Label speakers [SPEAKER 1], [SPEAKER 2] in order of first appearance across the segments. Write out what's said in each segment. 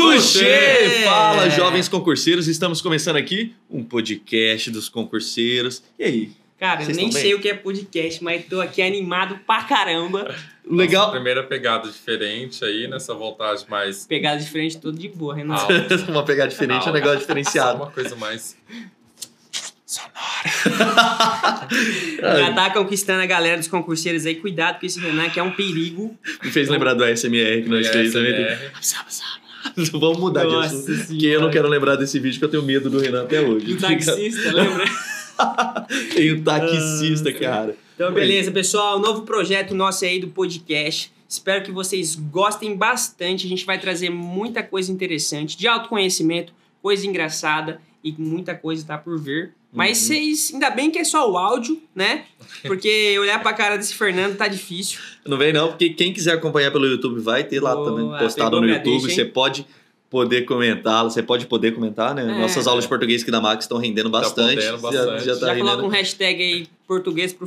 [SPEAKER 1] você!
[SPEAKER 2] Fala, jovens concurseiros! Estamos começando aqui um podcast dos concurseiros. E aí?
[SPEAKER 1] Cara, eu
[SPEAKER 2] Vocês
[SPEAKER 1] nem
[SPEAKER 2] tão bem?
[SPEAKER 1] sei o que é podcast, mas tô aqui animado pra caramba.
[SPEAKER 2] Legal?
[SPEAKER 3] Primeira pegada diferente aí, nessa voltagem mais
[SPEAKER 1] Pegada de frente, tudo de boa, Renan.
[SPEAKER 3] alta.
[SPEAKER 2] Uma pegada diferente, um negócio
[SPEAKER 3] Só
[SPEAKER 2] diferenciado.
[SPEAKER 3] uma coisa mais.
[SPEAKER 1] Já tá conquistando a galera dos concurseiros aí. Cuidado com esse Renan, que é um perigo.
[SPEAKER 2] Me fez lembrar do ASMR que nós fez também.
[SPEAKER 3] ASMR.
[SPEAKER 2] Vamos mudar de
[SPEAKER 1] Nossa
[SPEAKER 2] assunto. Porque eu
[SPEAKER 1] senhora.
[SPEAKER 2] não quero lembrar desse vídeo que eu tenho medo do Renan até hoje.
[SPEAKER 1] E o taxista, lembra?
[SPEAKER 2] e o taxista, cara.
[SPEAKER 1] Então, beleza, pessoal. Novo projeto nosso aí do podcast. Espero que vocês gostem bastante. A gente vai trazer muita coisa interessante de autoconhecimento, coisa engraçada e muita coisa tá por vir. Mas
[SPEAKER 2] Uhum.
[SPEAKER 1] vocês, ainda bem que é só o áudio, né? Porque olhar pra cara desse Fernando tá difícil.
[SPEAKER 2] Não vem não, porque quem quiser acompanhar pelo YouTube vai ter lá
[SPEAKER 1] Boa, é,
[SPEAKER 2] também postado
[SPEAKER 1] pegou
[SPEAKER 2] no
[SPEAKER 1] minha
[SPEAKER 2] YouTube.
[SPEAKER 1] deixa, hein?
[SPEAKER 2] você pode poder comentar, você pode poder comentar, né?
[SPEAKER 1] É. Tá
[SPEAKER 2] Nossas aulas de português aqui da Max estão rendendo bastante.
[SPEAKER 3] podendo
[SPEAKER 2] Já-
[SPEAKER 3] bastante.
[SPEAKER 2] Já, tá
[SPEAKER 1] Já
[SPEAKER 2] rendendo.
[SPEAKER 1] coloca um hashtag aí português pro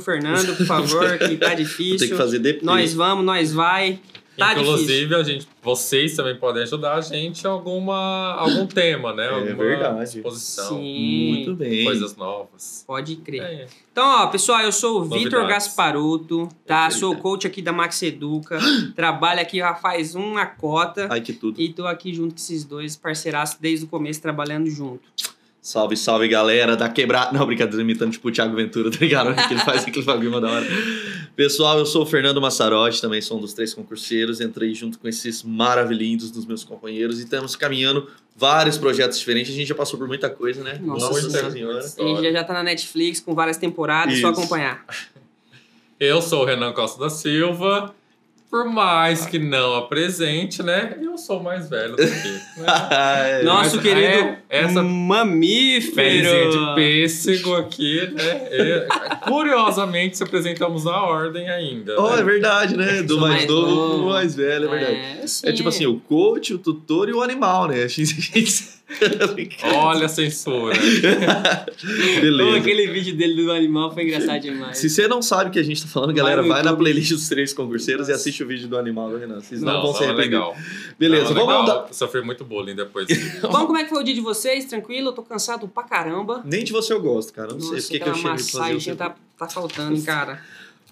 [SPEAKER 1] Fernando, por favor, que
[SPEAKER 2] Vou
[SPEAKER 1] tá
[SPEAKER 2] ter que
[SPEAKER 1] difícil.
[SPEAKER 2] fazer depois.
[SPEAKER 1] Nós vamos, nós vai. Tá difícil.
[SPEAKER 3] Inclusive, a gente, vocês também podem ajudar a gente em alguma, algum tema, né?
[SPEAKER 2] É
[SPEAKER 3] alguma
[SPEAKER 2] verdade.
[SPEAKER 3] exposição,
[SPEAKER 1] Sim,
[SPEAKER 2] Então, Muito bem.
[SPEAKER 3] coisas novas.
[SPEAKER 1] pode crer.
[SPEAKER 3] É.
[SPEAKER 1] Então, ó, pessoal, eu sou o
[SPEAKER 3] Novidades.
[SPEAKER 1] Vitor Gasparuto, tá? Sou coach aqui da Max Educa, trabalho aqui já faz uma cota
[SPEAKER 2] Ai, que tudo.
[SPEAKER 1] e tô aqui junto com esses dois parceiraços desde o começo trabalhando junto.
[SPEAKER 2] Salve, salve, galera da quebrada. Não, brincadeira, imitando tipo o Thiago Ventura, tá ligado? Que ele faz aquele bagulho da hora. Pessoal, eu sou o Fernando Massarotti, também sou um dos três concurseiros. Entrei junto com esses maravilhindos dos meus companheiros e estamos caminhando vários projetos diferentes. A gente já passou por muita coisa, né?
[SPEAKER 1] Nossa Senhora. A gente já,
[SPEAKER 3] Olha.
[SPEAKER 1] já tá na Netflix com várias temporadas, é só
[SPEAKER 2] Isso.
[SPEAKER 1] acompanhar.
[SPEAKER 3] Eu sou o Renan Costa da Silva. Por mais que não apresente, né? Eu sou o mais velho do que. Né?
[SPEAKER 1] Nosso
[SPEAKER 3] Mas
[SPEAKER 1] querido Hum,
[SPEAKER 3] é- essa pezinha
[SPEAKER 1] mamífero.
[SPEAKER 2] É
[SPEAKER 3] de pêssego aqui, né? E, curiosamente, se apresentamos na ordem ainda.
[SPEAKER 2] Oh, é
[SPEAKER 3] né?
[SPEAKER 2] verdade, né? Do
[SPEAKER 1] Sou
[SPEAKER 2] mais
[SPEAKER 1] mais
[SPEAKER 2] novo
[SPEAKER 1] novo.
[SPEAKER 2] pro mais velho, é verdade. É tipo assim, o coach, o tutor e o animal, né?
[SPEAKER 3] Olha a censura.
[SPEAKER 1] Pô,
[SPEAKER 2] Beleza.
[SPEAKER 1] aquele vídeo dele do animal foi engraçado demais.
[SPEAKER 2] Se você não sabe o que a gente tá falando, galera,
[SPEAKER 1] Vai no
[SPEAKER 2] vai na
[SPEAKER 1] YouTube.
[SPEAKER 2] playlist dos três concurseiros e
[SPEAKER 1] Nossa.
[SPEAKER 2] assiste o vídeo do animal do Renan. Vocês não,
[SPEAKER 3] Não,
[SPEAKER 2] vão
[SPEAKER 3] não
[SPEAKER 2] se
[SPEAKER 3] é
[SPEAKER 2] arrepender.
[SPEAKER 3] legal.
[SPEAKER 2] Beleza,
[SPEAKER 3] Não é
[SPEAKER 2] vamos
[SPEAKER 3] legal.
[SPEAKER 2] dar.
[SPEAKER 3] Sofri muito bullying depois. disso.
[SPEAKER 2] Então
[SPEAKER 1] Bom, como é que foi o dia de vocês? Tranquilo? Eu tô cansado pra caramba.
[SPEAKER 2] Nem de você eu gosto, cara. Não sei
[SPEAKER 1] Nossa,
[SPEAKER 2] por que que eu
[SPEAKER 1] aquela
[SPEAKER 2] cheguei pra fazer.
[SPEAKER 1] massagem
[SPEAKER 2] Você...
[SPEAKER 1] tá, tá faltando, hein, cara.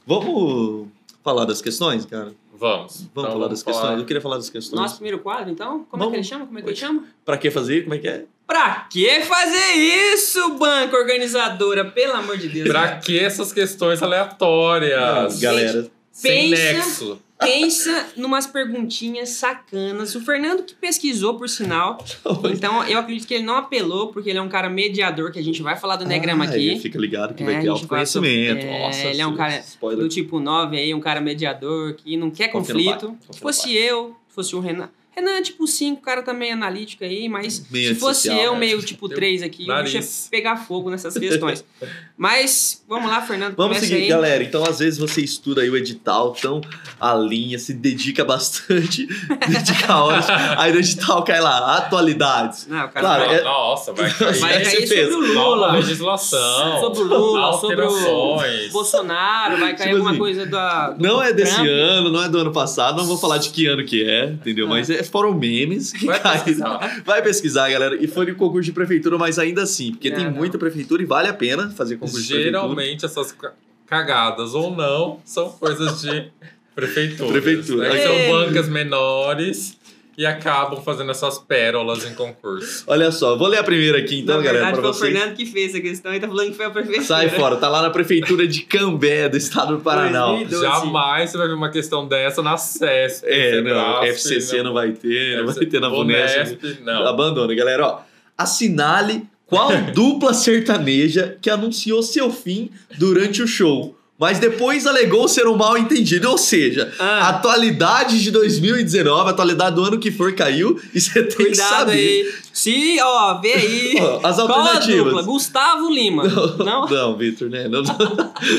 [SPEAKER 2] Vamos falar das questões, cara? Vamos
[SPEAKER 3] Vamos. Então,
[SPEAKER 2] falar das questões. Eu queria falar das questões.
[SPEAKER 1] Nosso primeiro quadro, então? Como é
[SPEAKER 2] Vamos.
[SPEAKER 1] que ele chama? Como é que eu chamo?
[SPEAKER 2] Pra que fazer? Como é que é?
[SPEAKER 1] Pra que fazer isso, banca organizadora? Pelo amor de Deus.
[SPEAKER 3] Pra
[SPEAKER 1] cara.
[SPEAKER 3] que essas questões
[SPEAKER 1] Ah,
[SPEAKER 3] aleatórias?
[SPEAKER 2] Ah, galera.
[SPEAKER 3] Sem
[SPEAKER 1] Pensa-
[SPEAKER 3] nexo.
[SPEAKER 1] Pensa numas perguntinhas sacanas. O Fernando que pesquisou, por sinal. Então, eu acredito que ele não apelou, porque ele é um cara mediador, que a gente vai falar do Enneagrama
[SPEAKER 2] Ah,
[SPEAKER 1] aqui.
[SPEAKER 2] Fica ligado que
[SPEAKER 1] É,
[SPEAKER 2] vai
[SPEAKER 1] a
[SPEAKER 2] ter
[SPEAKER 1] gente
[SPEAKER 2] autoconhecimento.
[SPEAKER 1] vai- é,
[SPEAKER 2] Nossa,
[SPEAKER 1] ele é um cara
[SPEAKER 2] spoiler.
[SPEAKER 1] do tipo 9 aí, um cara mediador que não quer
[SPEAKER 2] Confia no pai,
[SPEAKER 1] conflito.
[SPEAKER 2] confia no
[SPEAKER 1] Se fosse eu, se fosse o Renan. Renan é tipo 5, o cara tá meio analítico aí, mas
[SPEAKER 2] Meio
[SPEAKER 1] se fosse
[SPEAKER 2] antissocial,
[SPEAKER 1] eu,
[SPEAKER 2] né?
[SPEAKER 1] meio tipo
[SPEAKER 3] Teu
[SPEAKER 1] 3 aqui, eu ia
[SPEAKER 3] nariz.
[SPEAKER 1] pegar fogo nessas questões. mas vamos lá, Fernando,
[SPEAKER 2] Vamos
[SPEAKER 1] começa
[SPEAKER 2] seguir,
[SPEAKER 1] aí.
[SPEAKER 2] galera. Então, às vezes você estuda aí o edital, então alinha, se dedica bastante, dedica horas. Aí no edital cai lá, atualidades.
[SPEAKER 1] Não, o cara
[SPEAKER 2] Claro,
[SPEAKER 1] vai-
[SPEAKER 2] é-
[SPEAKER 3] Nossa, vai cair.
[SPEAKER 2] Mas
[SPEAKER 1] vai
[SPEAKER 2] é
[SPEAKER 1] cair
[SPEAKER 2] isso
[SPEAKER 1] sobre
[SPEAKER 2] mesmo.
[SPEAKER 1] o
[SPEAKER 3] Nova
[SPEAKER 1] Lula,
[SPEAKER 3] legislação.
[SPEAKER 1] sobre o Lula, sobre o
[SPEAKER 3] alterações.
[SPEAKER 1] Bolsonaro, vai cair
[SPEAKER 2] Tipo
[SPEAKER 1] alguma
[SPEAKER 2] assim,
[SPEAKER 1] coisa da. do
[SPEAKER 2] Não é desse
[SPEAKER 1] Trump.
[SPEAKER 2] ano, não é do ano passado, não vou falar de que ano que é, entendeu? Mas é, foram memes que né?
[SPEAKER 3] Vai
[SPEAKER 2] caíram.
[SPEAKER 3] pesquisar.
[SPEAKER 2] Vai pesquisar, galera. E foi no concurso de prefeitura, mas ainda assim, porque
[SPEAKER 1] Não,
[SPEAKER 2] tem
[SPEAKER 1] É, não.
[SPEAKER 2] muita prefeitura e vale a pena fazer concurso de
[SPEAKER 3] Geralmente essas ca- cagadas ou não são coisas de prefeitura.
[SPEAKER 2] Prefeitura.
[SPEAKER 3] Né? Que
[SPEAKER 1] Ei.
[SPEAKER 3] São bancas menores e acabam fazendo essas pérolas em concurso.
[SPEAKER 2] prefeitura. Olha só, vou ler a primeira aqui então,
[SPEAKER 1] Na verdade,
[SPEAKER 2] galera, pra
[SPEAKER 1] foi o
[SPEAKER 2] vocês.
[SPEAKER 1] Fernando que fez a questão e tá falando que foi a prefeitura.
[SPEAKER 2] Sai fora, tá lá na prefeitura de Cambé, do estado do Paraná. ó.
[SPEAKER 1] 2012.
[SPEAKER 3] Jamais você vai ver uma questão dessa na CESP.
[SPEAKER 2] É,
[SPEAKER 3] Cebrasp,
[SPEAKER 2] não, FCC
[SPEAKER 1] né,
[SPEAKER 3] né?
[SPEAKER 2] não vai ter, não vai ter na né? Vunesp.
[SPEAKER 3] Vunesp, não.
[SPEAKER 2] Abandona, galera, ó. Assinale qual dupla sertaneja que anunciou seu fim durante o show, mas depois alegou ser um mal entendido, ou seja...
[SPEAKER 1] Ah.
[SPEAKER 2] a Atualidade de 2019, a atualidade do ano que for caiu, e você tem que
[SPEAKER 1] Cuidado
[SPEAKER 2] saber.
[SPEAKER 1] aí. Se, ó, vê aí.
[SPEAKER 2] Ó, As
[SPEAKER 1] Qual a dupla?
[SPEAKER 2] alternativas.
[SPEAKER 1] Gustavo Lima. Não?
[SPEAKER 2] Não, Vitor, né? Não-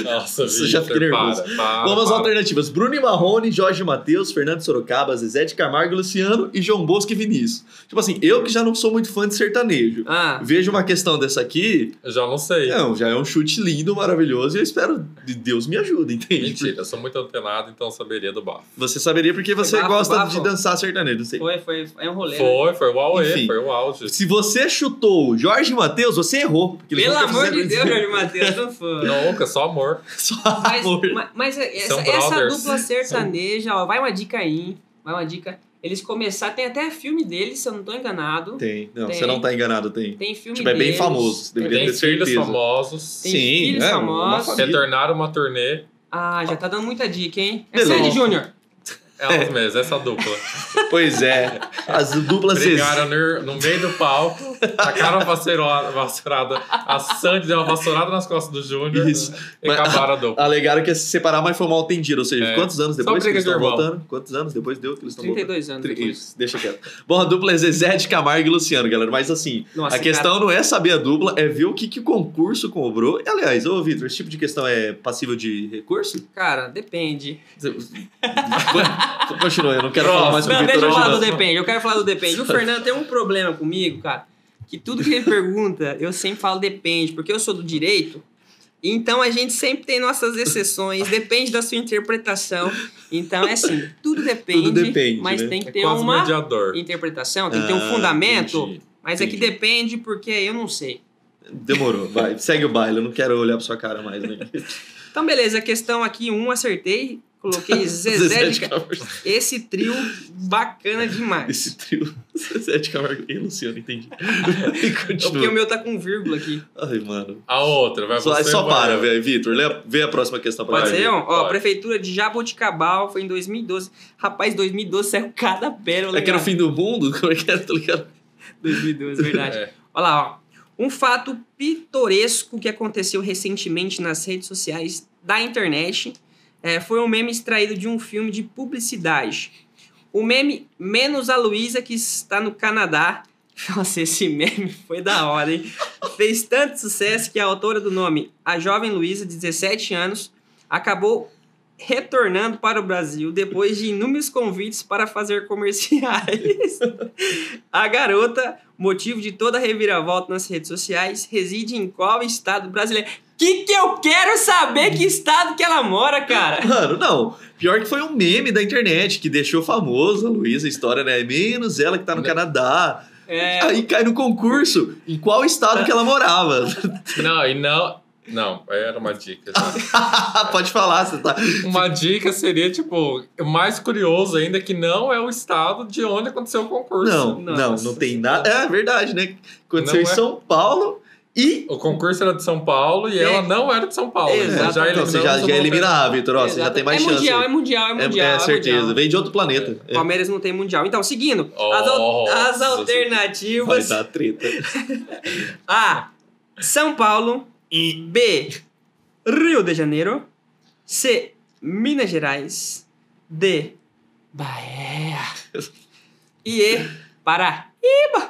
[SPEAKER 3] Nossa,
[SPEAKER 2] Isso, já
[SPEAKER 3] Victor,
[SPEAKER 2] fiquei
[SPEAKER 3] para,
[SPEAKER 2] nervoso.
[SPEAKER 1] Ah,
[SPEAKER 3] para,
[SPEAKER 2] Vamos às
[SPEAKER 3] para.
[SPEAKER 2] alternativas. Bruno e Marrone, Jorge Matheus, Fernando Sorocaba, Zezé de Camargo, e Luciano e João Bosco e Vinícius. Tipo assim, eu que já não sou muito fã de sertanejo.
[SPEAKER 1] Ah,
[SPEAKER 2] Vejo uma questão dessa aqui,
[SPEAKER 3] Eu já não sei.
[SPEAKER 2] não, já é um chute lindo, maravilhoso, e eu espero de Deus me ajude, entende?
[SPEAKER 3] Mentira, eu sou muito antenado, então eu saberia do bafo.
[SPEAKER 2] Você saberia porque você
[SPEAKER 1] É bafo,
[SPEAKER 2] gosta
[SPEAKER 1] bafo.
[SPEAKER 2] de dançar sertanejo, não sei.
[SPEAKER 1] foi, foi. É um rolê. né?
[SPEAKER 3] Foi, foi o Aue,
[SPEAKER 2] Enfim.
[SPEAKER 3] foi o auge.
[SPEAKER 2] Se você chutou Jorge Matheus, você errou. porque eles
[SPEAKER 1] Pelo
[SPEAKER 2] nunca
[SPEAKER 1] amor de
[SPEAKER 2] fizeram
[SPEAKER 1] Deus,
[SPEAKER 2] isso.
[SPEAKER 1] Jorge Matheus, não foi.
[SPEAKER 3] Nunca, só amor.
[SPEAKER 2] Só
[SPEAKER 1] Mas,
[SPEAKER 2] amor.
[SPEAKER 1] ma- mas essa,
[SPEAKER 3] São
[SPEAKER 1] essa
[SPEAKER 3] brothers.
[SPEAKER 1] dupla sertaneja, ó, vai uma dica aí, vai uma dica. Eles começaram, tem até filme deles, se eu não tô enganado.
[SPEAKER 2] Tem, não,
[SPEAKER 1] Tem.
[SPEAKER 2] você não tá enganado, tem.
[SPEAKER 1] Tem filme
[SPEAKER 2] Tipo, é bem
[SPEAKER 1] deles.
[SPEAKER 2] famoso,
[SPEAKER 1] Tem-
[SPEAKER 2] deveria
[SPEAKER 3] Tem
[SPEAKER 2] ter
[SPEAKER 3] filhos
[SPEAKER 2] certeza.
[SPEAKER 3] famosos.
[SPEAKER 1] Tem
[SPEAKER 2] Sim,
[SPEAKER 1] filhos
[SPEAKER 2] é, uma
[SPEAKER 1] famosos.
[SPEAKER 2] família.
[SPEAKER 3] Retornaram uma turnê.
[SPEAKER 1] Ah, já tá dando muita dica, hein? É
[SPEAKER 2] Beleza.
[SPEAKER 1] Sandy Júnior.
[SPEAKER 2] É.
[SPEAKER 3] Elas mesmas, essa dupla.
[SPEAKER 2] Pois é, as duplas
[SPEAKER 3] Brigaram no, no meio do palco, tacaram a vassoura- vassourada. A Sandy deu uma vassourada nas costas do Júnior
[SPEAKER 2] Isso.
[SPEAKER 3] e
[SPEAKER 2] Mas-
[SPEAKER 3] acabaram a dupla.
[SPEAKER 2] Alegaram que ia se separar, mas foi mal entendido. Ou seja,
[SPEAKER 3] É.
[SPEAKER 2] quantos anos
[SPEAKER 3] Só
[SPEAKER 2] depois que
[SPEAKER 3] briga
[SPEAKER 2] eles
[SPEAKER 3] de
[SPEAKER 2] estão
[SPEAKER 3] irmão.
[SPEAKER 2] voltando? Quantos anos depois deu que eles estão voltando?
[SPEAKER 1] 32 anos
[SPEAKER 2] Tri-
[SPEAKER 1] depois.
[SPEAKER 2] Isso, deixa quieto. Bom, a dupla é Zezé de Camargo e Luciano, galera. Mas assim,
[SPEAKER 1] Nossa,
[SPEAKER 2] a questão não é saber a dupla, é ver o que, que o concurso cobrou. E, aliás, ô Vitor, esse tipo de questão é passível de recurso?
[SPEAKER 1] Cara, cara, depende.
[SPEAKER 2] Continua, eu não quero falar mais com o
[SPEAKER 1] Não,
[SPEAKER 2] Vitor
[SPEAKER 1] deixa eu
[SPEAKER 2] hoje,
[SPEAKER 1] falar do
[SPEAKER 2] não.
[SPEAKER 1] depende. Eu quero falar do depende. O Fernando tem um problema comigo, cara. Que tudo que ele pergunta, eu sempre falo depende, porque eu sou do direito. Então a gente sempre tem nossas exceções, depende da sua interpretação. Então é assim, tudo depende,
[SPEAKER 2] depende,
[SPEAKER 1] mas
[SPEAKER 2] né?
[SPEAKER 1] tem que
[SPEAKER 3] É
[SPEAKER 1] ter
[SPEAKER 3] quase um
[SPEAKER 1] uma
[SPEAKER 3] mediador.
[SPEAKER 1] interpretação, tem que ter um
[SPEAKER 2] Ah,
[SPEAKER 1] fundamento,
[SPEAKER 3] Entendi.
[SPEAKER 1] mas é que
[SPEAKER 2] entendi.
[SPEAKER 1] depende porque eu não sei.
[SPEAKER 2] Demorou, vai. Segue o baile, eu não quero olhar pra sua cara mais, né?
[SPEAKER 1] Então beleza, a questão aqui um acertei, coloquei Zezé de Ca-
[SPEAKER 2] Camargo.
[SPEAKER 1] esse trio bacana demais.
[SPEAKER 2] Esse trio. Zezé de Camargo e Luciano, entendi. E
[SPEAKER 1] É Porque o
[SPEAKER 2] continua.
[SPEAKER 1] meu tá com vírgula aqui.
[SPEAKER 2] Ai, mano.
[SPEAKER 3] A outra, vai
[SPEAKER 2] Só,
[SPEAKER 3] você.
[SPEAKER 2] só
[SPEAKER 3] vai
[SPEAKER 2] para,
[SPEAKER 3] eu.
[SPEAKER 2] velho. Vitor, lê, a- vê a próxima questão pra
[SPEAKER 1] Pode
[SPEAKER 2] nós.
[SPEAKER 1] ser, ó. Ó,
[SPEAKER 3] pode.
[SPEAKER 1] a prefeitura de Jaboticabal foi em 2012. Rapaz, 2012 saiu cada pérola.
[SPEAKER 2] É que era o
[SPEAKER 1] cara.
[SPEAKER 2] fim do mundo? Como é que era, tá ligado?
[SPEAKER 1] 2012, verdade.
[SPEAKER 3] É.
[SPEAKER 1] Olha lá, ó. Um fato pitoresco que aconteceu recentemente nas redes sociais da internet é, foi um meme extraído de um filme de publicidade. O meme Menos a Luísa, que está no Canadá. Nossa, esse meme foi da hora, hein? Fez tanto sucesso que a autora do nome, a jovem Luísa, de 17 anos, acabou retornando para o Brasil depois de inúmeros convites para fazer comerciais. a garota Motivo de toda a reviravolta nas redes sociais reside em qual estado brasileiro? Que que eu quero saber que estado que ela mora, cara?
[SPEAKER 2] Mano, não. Pior que foi um meme da internet que deixou famosa a Luísa, a história, né? Menos ela que tá no
[SPEAKER 3] Né?
[SPEAKER 2] Canadá.
[SPEAKER 1] É,
[SPEAKER 2] Aí cai no concurso em qual estado que ela morava.
[SPEAKER 3] Não, e não. Não, era uma dica. sabe?
[SPEAKER 2] Ah, Pode falar, você tá.
[SPEAKER 3] Uma dica seria, tipo, mais curioso ainda que não é o estado de onde aconteceu o concurso.
[SPEAKER 2] Não, não,
[SPEAKER 1] Nossa.
[SPEAKER 2] não tem nada. É verdade, né? Aconteceu em
[SPEAKER 3] Não é.
[SPEAKER 2] São Paulo e.
[SPEAKER 3] O concurso era de São Paulo e
[SPEAKER 1] É.
[SPEAKER 3] ela não era de São Paulo. né?
[SPEAKER 1] Exato.
[SPEAKER 3] Já
[SPEAKER 2] Então, você já,
[SPEAKER 3] eliminamos
[SPEAKER 2] já
[SPEAKER 3] uma
[SPEAKER 2] eliminar, Vitor, ó, você já
[SPEAKER 1] exato.
[SPEAKER 2] tem mais
[SPEAKER 1] é
[SPEAKER 2] chance.
[SPEAKER 1] mundial, é mundial, é
[SPEAKER 2] É-
[SPEAKER 1] mundial.
[SPEAKER 2] é certeza,
[SPEAKER 1] mundial.
[SPEAKER 2] vem de outro planeta. É.
[SPEAKER 1] Palmeiras não tem mundial. Então, seguindo, as, al-
[SPEAKER 3] Oh,
[SPEAKER 1] as
[SPEAKER 3] Jesus.
[SPEAKER 2] Vai
[SPEAKER 1] alternativas.
[SPEAKER 2] dar treta.
[SPEAKER 1] A. São Paulo. B. Rio de Janeiro. C. Minas Gerais. D. Bahia. E E. Pará. Iba.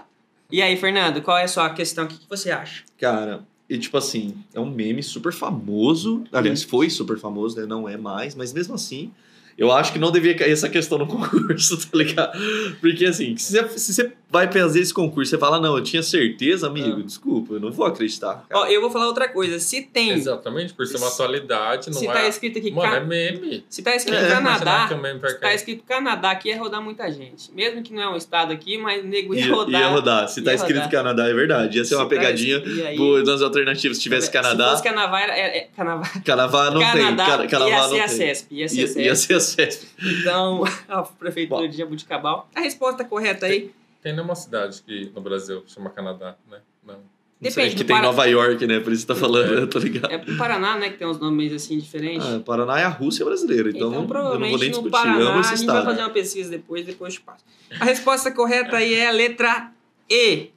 [SPEAKER 1] E aí, Fernando, qual é a sua questão? O que que você acha?
[SPEAKER 2] Cara, e tipo assim, é um meme super famoso. Aliás,
[SPEAKER 1] Uhum.
[SPEAKER 2] foi super famoso, né? Não é mais, mas mesmo assim, eu acho que não devia cair essa questão no concurso, tá ligado? Porque assim, se você, se você vai fazer esse concurso, você fala, não, eu tinha certeza, amigo,
[SPEAKER 1] Ah.
[SPEAKER 2] desculpa, eu não vou acreditar. cara."
[SPEAKER 1] Ó, eu vou falar outra coisa. Se tem.
[SPEAKER 3] Exatamente, por ser uma atualidade, não
[SPEAKER 1] Se
[SPEAKER 3] é.
[SPEAKER 1] tá escrito aqui.
[SPEAKER 3] Mano,
[SPEAKER 1] Ca-
[SPEAKER 3] é meme.
[SPEAKER 1] Se tá escrito
[SPEAKER 2] É,
[SPEAKER 1] Canadá.
[SPEAKER 3] Imaginar que é um meme
[SPEAKER 1] Se
[SPEAKER 3] pra
[SPEAKER 1] tá
[SPEAKER 3] cá.
[SPEAKER 1] escrito Canadá aqui ia rodar muita gente. Mesmo que não é um estado aqui, mas o nego ia
[SPEAKER 2] Ia,
[SPEAKER 1] rodar.
[SPEAKER 2] ia rodar. Se tá
[SPEAKER 1] ia
[SPEAKER 2] escrito
[SPEAKER 1] rodar.
[SPEAKER 2] Canadá, é verdade. Ia ser uma
[SPEAKER 1] Se tá
[SPEAKER 2] pegadinha.
[SPEAKER 1] escrito- e aí-
[SPEAKER 2] Boa, nas alternativas, se tivesse
[SPEAKER 1] Se
[SPEAKER 2] Canadá,
[SPEAKER 1] fosse Canavá, era, é- é- Canavá,
[SPEAKER 2] Canavá não tem.
[SPEAKER 1] Canadá,
[SPEAKER 2] Cana- Canavá
[SPEAKER 1] ia
[SPEAKER 2] não
[SPEAKER 1] ser a
[SPEAKER 2] tem.
[SPEAKER 1] CESP, ia ser a
[SPEAKER 2] Ia,
[SPEAKER 1] CESP.
[SPEAKER 2] ia ser a CESP.
[SPEAKER 1] Então, a prefeitura de Jabuticabal. A resposta correta aí,
[SPEAKER 3] Tem nenhuma cidade que no Brasil que chama Canadá, né? Não.
[SPEAKER 2] Não sei,
[SPEAKER 1] Depende
[SPEAKER 2] que
[SPEAKER 1] do
[SPEAKER 2] tem
[SPEAKER 1] Pará.
[SPEAKER 2] Nova York, né? Por isso que tá falando,
[SPEAKER 3] É.
[SPEAKER 2] eu tô ligado.
[SPEAKER 1] é pro Paraná, né, que tem uns nomes assim diferentes.
[SPEAKER 2] Ah, Paraná é a Rússia brasileira, então, eu não vou nem
[SPEAKER 1] provavelmente
[SPEAKER 2] discutir.
[SPEAKER 1] no
[SPEAKER 2] eu
[SPEAKER 1] Paraná,
[SPEAKER 2] amo
[SPEAKER 1] a
[SPEAKER 2] esse
[SPEAKER 1] gente vai
[SPEAKER 2] estado.
[SPEAKER 1] fazer uma pesquisa depois, depois eu te passo. A resposta correta aí é a letra E,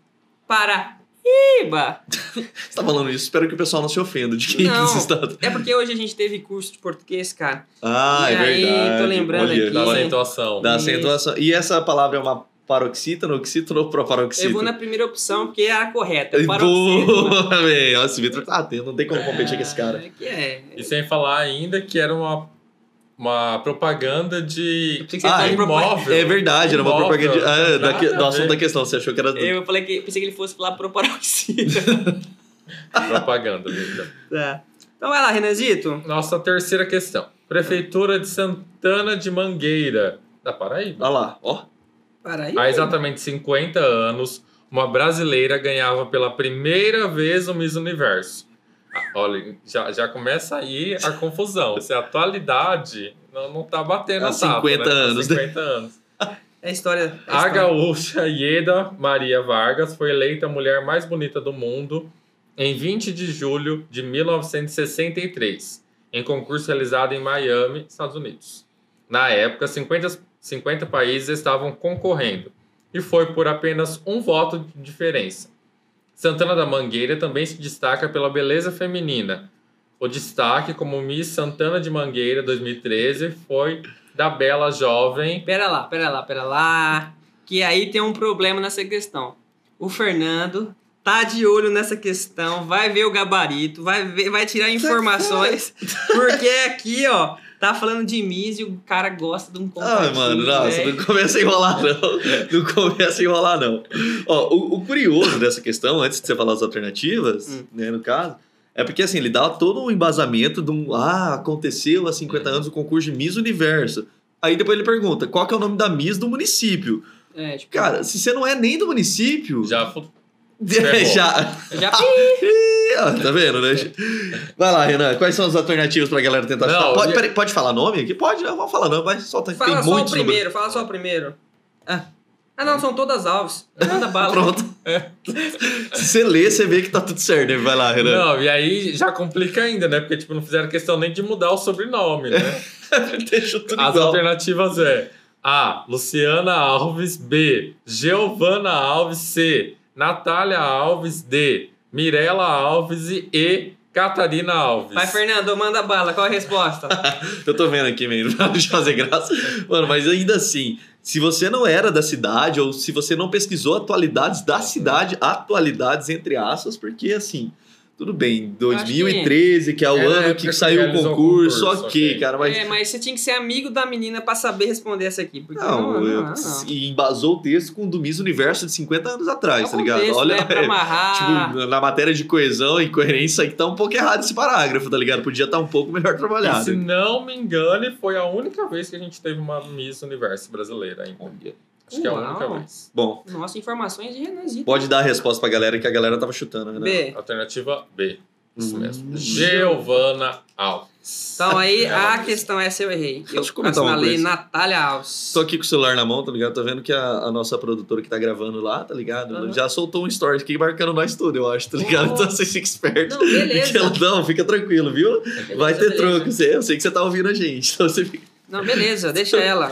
[SPEAKER 1] Paraíba.
[SPEAKER 2] Você tá falando isso, espero que o pessoal não se ofenda de quem é
[SPEAKER 1] Não.
[SPEAKER 2] esse estado.
[SPEAKER 1] É porque hoje a gente teve curso de português, cara.
[SPEAKER 2] Ah,
[SPEAKER 1] E
[SPEAKER 2] é
[SPEAKER 1] aí,
[SPEAKER 2] verdade.
[SPEAKER 1] tô lembrando
[SPEAKER 2] Olha,
[SPEAKER 1] aqui.
[SPEAKER 3] Da
[SPEAKER 1] Sim.
[SPEAKER 2] olha,
[SPEAKER 3] acentuação.
[SPEAKER 2] Da acentuação. E essa palavra é uma paroxítona, oxítona ou proparoxítona?
[SPEAKER 1] Eu vou na primeira opção, porque é a correta. é paroxítona.
[SPEAKER 2] Boa, velho. Nossa, o Vitor tá atento, não tem como competir com esse cara.
[SPEAKER 1] É, que é.
[SPEAKER 3] E sem falar ainda que era uma, uma propaganda
[SPEAKER 1] Eu
[SPEAKER 3] de
[SPEAKER 1] pensei que você
[SPEAKER 2] Ah,
[SPEAKER 1] ia falar de propaganda.
[SPEAKER 3] imóvel.
[SPEAKER 2] É verdade, era uma
[SPEAKER 3] Imóvel.
[SPEAKER 2] propaganda. Ah, da que- do
[SPEAKER 3] Nada a
[SPEAKER 2] assunto
[SPEAKER 3] ver.
[SPEAKER 2] da questão, você achou que era.
[SPEAKER 1] Eu falei que pensei que ele fosse falar proparoxítona.
[SPEAKER 3] Propaganda, Vitor.
[SPEAKER 1] tá. Então vai lá, Renanzito.
[SPEAKER 3] Nossa terceira questão. Prefeitura de Santana de Mangueira, da Paraíba.
[SPEAKER 2] Olha lá, ó.
[SPEAKER 1] Para aí.
[SPEAKER 3] Há exatamente 50 anos, uma brasileira ganhava pela primeira vez o Miss Universo. Ah, Olha, já, já começa aí a confusão. Se a atualidade não, não tá batendo
[SPEAKER 2] Há
[SPEAKER 3] a tapa,
[SPEAKER 2] 50
[SPEAKER 3] né? Há
[SPEAKER 2] anos, né?
[SPEAKER 3] 50 anos.
[SPEAKER 1] É a história. é a
[SPEAKER 3] A
[SPEAKER 1] história.
[SPEAKER 3] gaúcha Ieda Maria Vargas foi eleita a mulher mais bonita do mundo em 20 de julho de 1963, em concurso realizado em Miami, Estados Unidos. Na época, 50, 50 países estavam concorrendo e foi por apenas um voto de diferença. Santana da Mangueira também se destaca pela beleza feminina. O destaque como Miss Santana de Mangueira 2013 foi da bela jovem
[SPEAKER 1] Pera lá, pera lá, pera lá. Que aí tem um problema nessa questão. O Fernando tá de olho nessa questão, vai ver o gabarito, vai, ver, vai tirar informações, porque aqui, ó, tá falando de Miss e o cara gosta de um
[SPEAKER 2] Ah,
[SPEAKER 1] compartilho,
[SPEAKER 2] mano, nossa,
[SPEAKER 1] velho.
[SPEAKER 2] não começa a enrolar,
[SPEAKER 1] É.
[SPEAKER 2] não. Não começa a enrolar, não. Ó, o, o curioso dessa questão, antes de você falar as alternativas,
[SPEAKER 1] Hum.
[SPEAKER 2] né, no caso, é porque assim, ele dá todo um embasamento de um. Ah, aconteceu há 50
[SPEAKER 1] Hum.
[SPEAKER 2] anos o concurso de Miss Universo. Aí depois ele pergunta: qual que é o nome da Miss do município?
[SPEAKER 1] É, tipo,
[SPEAKER 2] Cara, se você não é nem do município.
[SPEAKER 3] já fu- ferrou.
[SPEAKER 2] já.
[SPEAKER 1] eu é já
[SPEAKER 2] Ih, ó, tá vendo, né? Vai lá, Renan. Quais são as alternativas pra galera tentar
[SPEAKER 3] Não,
[SPEAKER 2] chutar? Pode,
[SPEAKER 3] e-
[SPEAKER 2] peraí, pode falar nome aqui? Pode, não, vamos falar nome, vai solta.
[SPEAKER 1] Fala
[SPEAKER 2] tem
[SPEAKER 1] só o
[SPEAKER 2] muitos
[SPEAKER 1] primeiro, fala só o primeiro. Ah, Ah, não, são todas alves. Manda bala.
[SPEAKER 2] números. Pronto.
[SPEAKER 1] É.
[SPEAKER 2] Se você lê, você vê que tá tudo certo, né? Vai lá, Renan.
[SPEAKER 3] Não, e aí já complica ainda, né? Porque, tipo, não fizeram questão nem de mudar o sobrenome, né?
[SPEAKER 2] Deixa tudo
[SPEAKER 1] Ah,
[SPEAKER 3] As
[SPEAKER 1] tá
[SPEAKER 2] igual.
[SPEAKER 3] alternativas é A. Luciana Alves. B. Giovana Alves. C. Natália Alves. D. Mirela Alves. E E. Catarina Alves.
[SPEAKER 1] Vai, Fernando, manda bala. Qual a resposta?
[SPEAKER 2] Eu tô vendo aqui, meio pra deixa fazer graça. Mano, mas ainda assim, se você não era da cidade, ou se você não pesquisou atualidades
[SPEAKER 1] Uhum.
[SPEAKER 2] da cidade, atualidades entre aspas, porque assim, tudo bem,
[SPEAKER 1] acho
[SPEAKER 2] 2013, que é o
[SPEAKER 3] É,
[SPEAKER 2] ano
[SPEAKER 3] é
[SPEAKER 2] que
[SPEAKER 3] porque
[SPEAKER 2] saiu o
[SPEAKER 3] realizou o
[SPEAKER 2] concurso,
[SPEAKER 3] concurso,
[SPEAKER 2] ok,
[SPEAKER 3] ok.
[SPEAKER 2] cara, mas.
[SPEAKER 1] É, mas você tinha que ser amigo da menina pra saber responder essa aqui. Porque
[SPEAKER 2] Não,
[SPEAKER 1] não, não,
[SPEAKER 2] eu-
[SPEAKER 1] não, não.
[SPEAKER 2] e embasou o texto com o do Miss Universo de 50 anos atrás, tá ligado?
[SPEAKER 1] Contexto,
[SPEAKER 2] Olha,
[SPEAKER 1] né, pra amarrar.
[SPEAKER 2] tipo, na matéria de coesão e coerência, aí tá um pouco errado esse parágrafo, tá ligado? Podia estar um pouco melhor
[SPEAKER 3] E,
[SPEAKER 2] trabalhado.
[SPEAKER 3] se não me engano, foi a única vez que a gente teve uma Miss Universo brasileira ainda. Acho que é a
[SPEAKER 1] Uau.
[SPEAKER 3] única vez.
[SPEAKER 2] Bom,
[SPEAKER 1] Nossa, informações de Renanzito.
[SPEAKER 2] pode dar a resposta pra galera que a galera tava chutando, né?
[SPEAKER 1] B.
[SPEAKER 3] Alternativa B. Isso mesmo.
[SPEAKER 2] Hum.
[SPEAKER 3] Giovana Alves.
[SPEAKER 1] Então aí
[SPEAKER 3] Ela
[SPEAKER 1] a
[SPEAKER 3] mesma.
[SPEAKER 1] questão essa eu errei.
[SPEAKER 2] Deixa
[SPEAKER 1] Eu
[SPEAKER 2] eu te comentar uma
[SPEAKER 1] assinalei
[SPEAKER 2] coisa.
[SPEAKER 1] Natália Alves.
[SPEAKER 2] então, Tô aqui com o celular na mão, tá ligado? Tô vendo que a, a nossa produtora que tá gravando lá, tá ligado?
[SPEAKER 1] Aham.
[SPEAKER 2] Já soltou um story aqui marcando nós tudo, eu acho, tá ligado? Então vocês fiquem espertos.
[SPEAKER 1] Não, beleza.
[SPEAKER 2] Que ela- não, fica tranquilo, viu?
[SPEAKER 1] Beleza,
[SPEAKER 2] Vai ter
[SPEAKER 1] beleza.
[SPEAKER 2] troco. Você- Eu sei que você tá ouvindo a gente. Então você fica...
[SPEAKER 1] Não, beleza, deixa ela.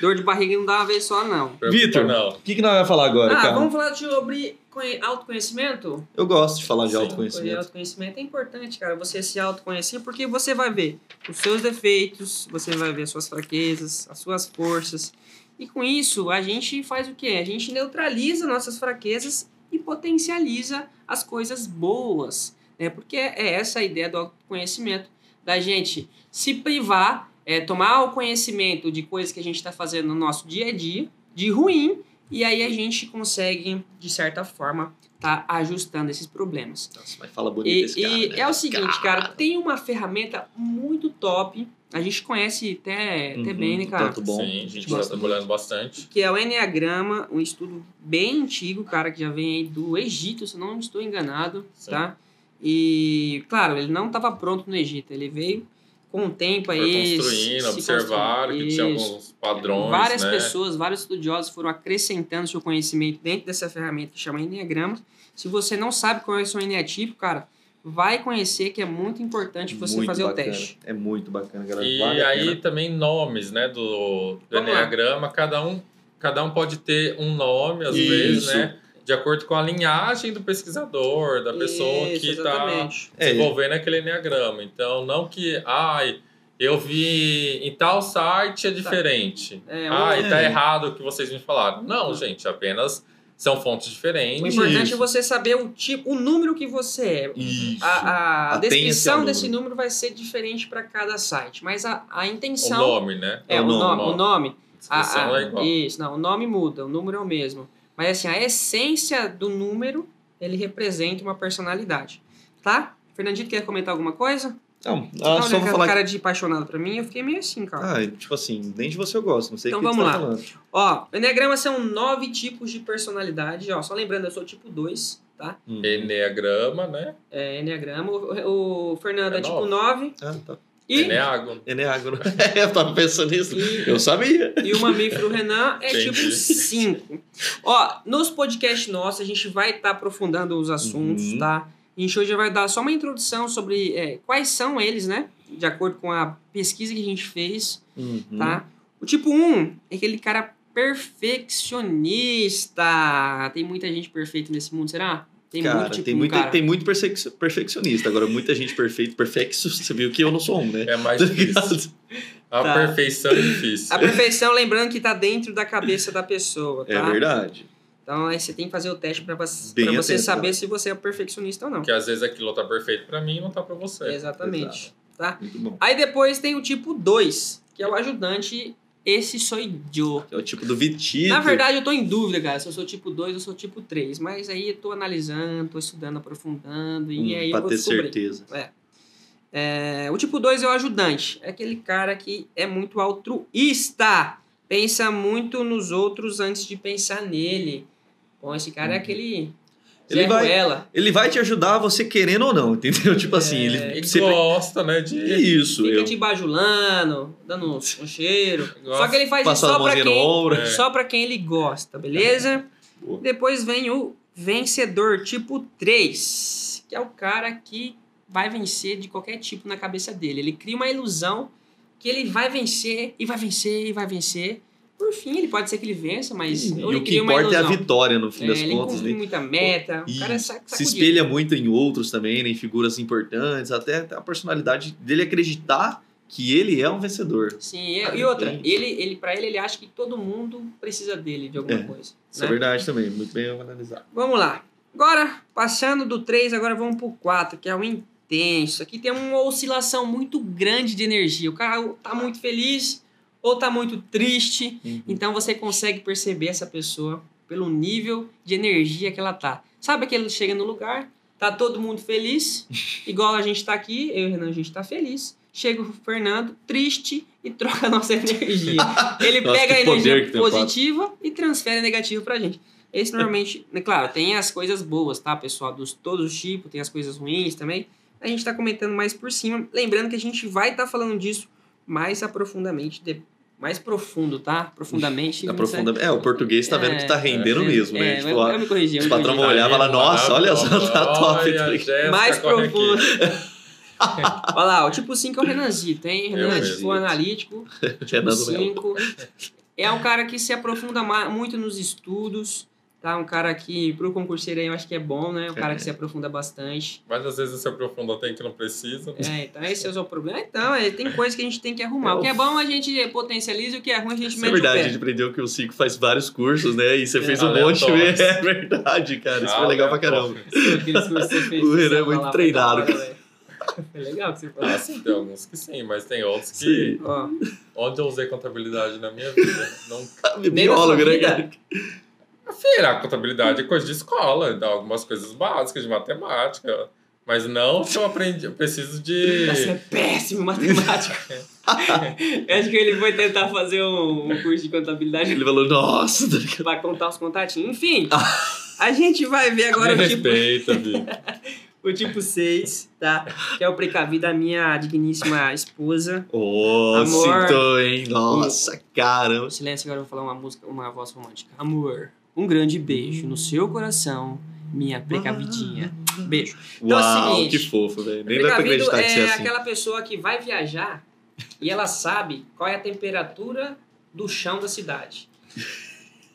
[SPEAKER 1] Dor de barriga não dá uma vez só, não.
[SPEAKER 3] Preocupa
[SPEAKER 2] Vitor.
[SPEAKER 3] não.
[SPEAKER 2] O que, que nós vamos falar agora,
[SPEAKER 1] Ah,
[SPEAKER 2] cara?
[SPEAKER 1] vamos falar sobre conhe- autoconhecimento?
[SPEAKER 2] Eu gosto de falar de
[SPEAKER 3] Sim,
[SPEAKER 1] Conhe-
[SPEAKER 2] autoconhecimento.
[SPEAKER 1] autoconhecimento é importante, cara. Você se autoconhecer, porque você vai ver os seus defeitos, você vai ver as suas fraquezas, as suas forças. E com isso, a gente faz o quê? A gente neutraliza nossas fraquezas e potencializa as coisas boas, né? Porque é essa a ideia do autoconhecimento, da gente se privar, é, tomar o conhecimento de coisas que a gente está fazendo no nosso dia a dia, de ruim, e aí a gente consegue, de certa forma, tá ajustando esses problemas.
[SPEAKER 2] Nossa, mas fala bonito
[SPEAKER 1] E,
[SPEAKER 2] esse cara,
[SPEAKER 1] e
[SPEAKER 2] né?
[SPEAKER 1] é o seguinte, cara, tem uma ferramenta muito top. A gente conhece até, até
[SPEAKER 2] Uhum,
[SPEAKER 1] bem, né, cara?
[SPEAKER 2] Tanto bom.
[SPEAKER 3] Sim, a gente
[SPEAKER 2] Gosto
[SPEAKER 3] está trabalhando bastante.
[SPEAKER 1] Que é o Enneagrama, um estudo bem antigo, cara, que já vem aí do Egito, se eu não estou enganado,
[SPEAKER 3] Sim.
[SPEAKER 1] tá? E, claro, ele não estava pronto no Egito, ele veio com o tempo aí.
[SPEAKER 3] Foi construindo,
[SPEAKER 1] se
[SPEAKER 3] observaram
[SPEAKER 1] construindo.
[SPEAKER 3] que tinha
[SPEAKER 1] Isso.
[SPEAKER 3] alguns padrões,
[SPEAKER 1] Várias
[SPEAKER 3] né?
[SPEAKER 1] pessoas, vários estudiosos foram acrescentando seu conhecimento dentro dessa ferramenta que chama Enneagrama. Se você não sabe qual é o seu eneatipo, cara, vai conhecer que é muito importante você
[SPEAKER 2] Muito
[SPEAKER 1] fazer
[SPEAKER 2] bacana.
[SPEAKER 1] o teste.
[SPEAKER 2] É muito bacana, galera.
[SPEAKER 3] E
[SPEAKER 2] Vale a
[SPEAKER 3] aí
[SPEAKER 2] pena.
[SPEAKER 3] também nomes, né, do, do
[SPEAKER 1] Vamos lá.
[SPEAKER 3] Enneagrama, cada um, cada um pode ter um nome, às vezes,
[SPEAKER 2] Isso.
[SPEAKER 3] né? De acordo com a linhagem do pesquisador, da pessoa
[SPEAKER 1] Isso,
[SPEAKER 3] que tá está
[SPEAKER 1] exatamente.
[SPEAKER 2] É,
[SPEAKER 3] desenvolvendo aquele Enneagrama. Então, não que, ai, Eu vi em tal site é diferente.
[SPEAKER 1] Tá. É, Uhum.
[SPEAKER 3] Ah, e tá
[SPEAKER 2] É.
[SPEAKER 3] errado o que vocês me falaram. Não, gente, apenas são fontes
[SPEAKER 1] O
[SPEAKER 3] diferentes.
[SPEAKER 1] importante
[SPEAKER 2] Isso.
[SPEAKER 1] é você saber o tipo, o número que você é.
[SPEAKER 2] Isso.
[SPEAKER 1] A, a
[SPEAKER 2] Atenha-se ao
[SPEAKER 1] descrição
[SPEAKER 2] número.
[SPEAKER 1] desse número vai ser diferente para cada site, mas a, a
[SPEAKER 3] O
[SPEAKER 1] intenção
[SPEAKER 3] nome, né?
[SPEAKER 1] é o nome, o nome.
[SPEAKER 3] A
[SPEAKER 1] a-
[SPEAKER 3] descrição
[SPEAKER 1] a-
[SPEAKER 3] é igual.
[SPEAKER 1] isso, não, o nome muda, o número é o mesmo. Mas assim, a essência do número, ele representa uma personalidade, tá? Fernandinho quer comentar alguma coisa?
[SPEAKER 2] Não, ah,
[SPEAKER 1] Você tá
[SPEAKER 2] só
[SPEAKER 1] olhando
[SPEAKER 2] vou
[SPEAKER 1] aquela
[SPEAKER 2] falar.
[SPEAKER 1] cara de apaixonado pra mim, eu fiquei meio assim, cara.
[SPEAKER 2] Ah, tipo assim, nem de você eu gosto, não sei
[SPEAKER 1] Então
[SPEAKER 2] o que
[SPEAKER 1] vamos
[SPEAKER 2] você
[SPEAKER 1] lá.
[SPEAKER 2] tá falando.
[SPEAKER 1] Ó, o Enneagrama são nove tipos de personalidade. Ó, só lembrando, eu sou tipo 2, tá?
[SPEAKER 2] Hum.
[SPEAKER 3] Enneagrama, né?
[SPEAKER 1] É Enneagrama. O, o Fernando é,
[SPEAKER 3] É
[SPEAKER 1] tipo 9.
[SPEAKER 3] nove.
[SPEAKER 2] Ah, tá.
[SPEAKER 1] E,
[SPEAKER 3] Eneago.
[SPEAKER 2] Eneagro. É, eu tava pensando nisso.
[SPEAKER 1] e,
[SPEAKER 2] Eu sabia.
[SPEAKER 1] e o mamífero Renan é
[SPEAKER 3] Entendi.
[SPEAKER 1] tipo 5. Ó, nos podcasts nossos a gente vai estar aprofundando os assuntos,
[SPEAKER 2] Uhum.
[SPEAKER 1] tá? A gente hoje vai dar só uma introdução sobre é, quais são eles, né? De acordo com a pesquisa que a gente fez.
[SPEAKER 2] Uhum.
[SPEAKER 1] tá? O tipo 1 é aquele cara perfeccionista. Tem muita gente perfeita nesse mundo, será? Tem
[SPEAKER 2] cara,
[SPEAKER 1] muito tipo
[SPEAKER 2] tem,
[SPEAKER 1] 1,
[SPEAKER 2] muita-
[SPEAKER 1] cara.
[SPEAKER 2] tem muito persex- perfeccionista. Agora, muita gente perfeita, perfecto. Você viu que eu não sou um, né?
[SPEAKER 3] É mais
[SPEAKER 2] Tá
[SPEAKER 3] difícil.
[SPEAKER 2] ligado?
[SPEAKER 3] A
[SPEAKER 1] Tá.
[SPEAKER 3] perfeição é difícil.
[SPEAKER 1] A perfeição, lembrando que tá dentro da cabeça da pessoa, tá?
[SPEAKER 2] É verdade.
[SPEAKER 1] Então aí você tem que fazer o teste pra, você-
[SPEAKER 2] Bem
[SPEAKER 1] pra você
[SPEAKER 2] atento,
[SPEAKER 1] saber
[SPEAKER 2] tá?
[SPEAKER 1] se você é perfeccionista ou não.
[SPEAKER 3] Porque às vezes aquilo tá perfeito pra mim e não tá pra você.
[SPEAKER 1] Exatamente.
[SPEAKER 2] Muito bom.
[SPEAKER 1] É, Aí depois tem o tipo 2, que é o ajudante. Esse sou eu.
[SPEAKER 2] É o tipo do Vitito.
[SPEAKER 1] Na verdade, eu tô em dúvida, cara, se eu sou tipo 2 ou sou tipo 3. Mas aí eu tô analisando, tô estudando, aprofundando,
[SPEAKER 2] hum,
[SPEAKER 1] e aí
[SPEAKER 2] pra
[SPEAKER 1] eu vou
[SPEAKER 2] ter
[SPEAKER 1] descobrir.
[SPEAKER 2] certeza.
[SPEAKER 1] É, o tipo 2 é o ajudante. É aquele cara que é muito altruísta. Pensa muito nos outros antes de pensar nele. Bom, esse cara é
[SPEAKER 2] Uhum.
[SPEAKER 1] aquele.
[SPEAKER 2] Ele
[SPEAKER 1] Zé
[SPEAKER 2] vai-
[SPEAKER 1] Ruela.
[SPEAKER 2] Ele vai te ajudar, você querendo ou não, entendeu? Tipo assim,
[SPEAKER 1] É,
[SPEAKER 2] ele,
[SPEAKER 1] ele
[SPEAKER 2] você
[SPEAKER 3] Gosta, né?
[SPEAKER 2] É
[SPEAKER 3] De
[SPEAKER 2] isso,
[SPEAKER 1] Fica
[SPEAKER 2] eu.
[SPEAKER 1] te bajulando, dando um um cheiro.
[SPEAKER 3] Gosta.
[SPEAKER 1] Só que ele faz isso
[SPEAKER 2] Passando a
[SPEAKER 1] só pra,
[SPEAKER 2] mãozinha no
[SPEAKER 1] quem,
[SPEAKER 2] ombro.
[SPEAKER 3] É.
[SPEAKER 1] só pra quem ele gosta, beleza?
[SPEAKER 2] Boa.
[SPEAKER 1] Depois vem o vencedor tipo 3, que é o cara que vai vencer de qualquer tipo na cabeça dele. Ele cria uma ilusão que ele vai vencer, e vai vencer, e vai vencer. Por fim, ele pode ser que ele vença, mas
[SPEAKER 2] E
[SPEAKER 1] ele
[SPEAKER 2] o que
[SPEAKER 1] cria uma
[SPEAKER 2] importa é a
[SPEAKER 1] ilusão.
[SPEAKER 2] vitória, no fim
[SPEAKER 1] É,
[SPEAKER 2] das
[SPEAKER 1] ele
[SPEAKER 2] contas,
[SPEAKER 1] cumpre
[SPEAKER 2] né?
[SPEAKER 1] muita meta, o
[SPEAKER 2] E
[SPEAKER 1] cara é sac-
[SPEAKER 2] Se
[SPEAKER 1] sacudido.
[SPEAKER 2] espelha muito em outros também, né? em figuras importantes, até, até a personalidade dele acreditar que ele é um vencedor.
[SPEAKER 1] Sim, é, e, e outra,
[SPEAKER 2] Entendi.
[SPEAKER 1] ele, ele, pra ele, ele acha que todo mundo precisa dele de alguma
[SPEAKER 2] É,
[SPEAKER 1] coisa.
[SPEAKER 2] Isso
[SPEAKER 1] né?
[SPEAKER 2] é verdade também, muito bem analisado.
[SPEAKER 1] Vamos lá. Agora, passando do 3, agora vamos pro 4, que é o intenso. Aqui tem uma oscilação muito grande de energia. O cara ou tá muito feliz ou tá muito triste.
[SPEAKER 2] Uhum.
[SPEAKER 1] Então você consegue perceber essa pessoa pelo nível de energia que ela tá. Sabe aquele que chega no lugar, tá todo mundo feliz, igual a gente tá aqui, eu e o Renan, a gente tá feliz. Chega o Fernando triste e troca a nossa energia. Ele
[SPEAKER 2] Nossa,
[SPEAKER 1] pega a
[SPEAKER 2] que poder
[SPEAKER 1] energia
[SPEAKER 2] que tem o quadro.
[SPEAKER 1] positiva e transfere a negativa pra gente. Esse normalmente, né, claro, tem as coisas boas, tá, pessoal? Dos todos os tipos, tem as coisas ruins também. A gente tá comentando mais por cima. Lembrando que a gente vai estar falando disso mais aprofundamente, de- mais profundo, tá? Profundamente.
[SPEAKER 2] Aprofunda... É, o português tá vendo que tá rendendo mesmo,
[SPEAKER 1] É,
[SPEAKER 2] né?
[SPEAKER 1] eu-
[SPEAKER 2] Tipo,
[SPEAKER 1] eu,
[SPEAKER 2] ó,
[SPEAKER 1] me corrigi. eu
[SPEAKER 2] os
[SPEAKER 1] me corrigi.
[SPEAKER 2] patrão vão olhar e falar, nossa, olha só, tá top. tá
[SPEAKER 3] Olha,
[SPEAKER 2] ligado?
[SPEAKER 3] Jéssica,
[SPEAKER 1] Mais
[SPEAKER 3] corre aqui.
[SPEAKER 1] profundo. Olha lá, o tipo 5 é o Renanzito, hein?
[SPEAKER 3] Eu
[SPEAKER 1] Renanzito,
[SPEAKER 2] mesmo.
[SPEAKER 1] o analítico.
[SPEAKER 2] Renan
[SPEAKER 1] O
[SPEAKER 2] do Melo.
[SPEAKER 1] 5 é um cara que se aprofunda ma- muito nos estudos, tá? Um cara que, pro concurseiro aí, eu acho que é bom, né? Um cara que se aprofunda bastante.
[SPEAKER 3] Mas às vezes você aprofunda até que não precisa.
[SPEAKER 1] É, então esse é o seu problema. Então, é, tem coisa que a gente tem que arrumar. O que é bom a gente potencializa, o que é ruim a gente
[SPEAKER 2] Isso é
[SPEAKER 1] mete
[SPEAKER 2] verdade, a gente
[SPEAKER 1] o pé.
[SPEAKER 2] aprendeu que o Cico faz vários cursos, né? E você fez um monte.
[SPEAKER 3] Aleatórios.
[SPEAKER 2] É verdade, cara.
[SPEAKER 3] Ah,
[SPEAKER 2] Isso foi legal
[SPEAKER 3] né?
[SPEAKER 2] pra caramba.
[SPEAKER 1] Aqueles cursos que você fez,
[SPEAKER 2] O Renan é
[SPEAKER 1] você
[SPEAKER 2] muito
[SPEAKER 1] fala,
[SPEAKER 2] treinado,
[SPEAKER 1] "Cara, velho." É legal que você falou.
[SPEAKER 3] Ah, sim, tem alguns que sim, mas tem outros que.
[SPEAKER 2] Sim.
[SPEAKER 1] Ó,
[SPEAKER 3] Onde eu usei contabilidade na minha vida? Não...
[SPEAKER 1] Nem na sua
[SPEAKER 2] Biólogo, né,
[SPEAKER 1] vida.
[SPEAKER 2] cara?
[SPEAKER 3] Será que contabilidade é coisa de escola, dá algumas coisas básicas de matemática. Mas não que eu aprendi, eu preciso de.
[SPEAKER 1] Você é péssimo em matemática. Eu acho que ele foi tentar fazer um, um curso de contabilidade
[SPEAKER 2] Ele falou, nossa, tá ligado?
[SPEAKER 1] pra contar os contatinhos. Enfim, a gente vai ver agora
[SPEAKER 3] Me
[SPEAKER 1] o tipo,
[SPEAKER 3] respeita, Vi.
[SPEAKER 1] o tipo 6, tá? Que é o precavido da minha digníssima esposa.
[SPEAKER 2] Ô,
[SPEAKER 1] Amor.
[SPEAKER 2] sinto, hein? Nossa, caramba.
[SPEAKER 1] O silêncio, agora eu vou falar uma música, uma voz romântica. Amor, um grande beijo no seu coração, minha precavidinha. Beijo. Então é o
[SPEAKER 2] Uau,
[SPEAKER 1] seguinte,
[SPEAKER 2] que fofo, velho. Nem dá pra
[SPEAKER 1] Precavido
[SPEAKER 2] acreditar que você
[SPEAKER 1] é
[SPEAKER 2] é assim.
[SPEAKER 1] aquela pessoa que vai viajar e ela sabe qual é a temperatura do chão da cidade.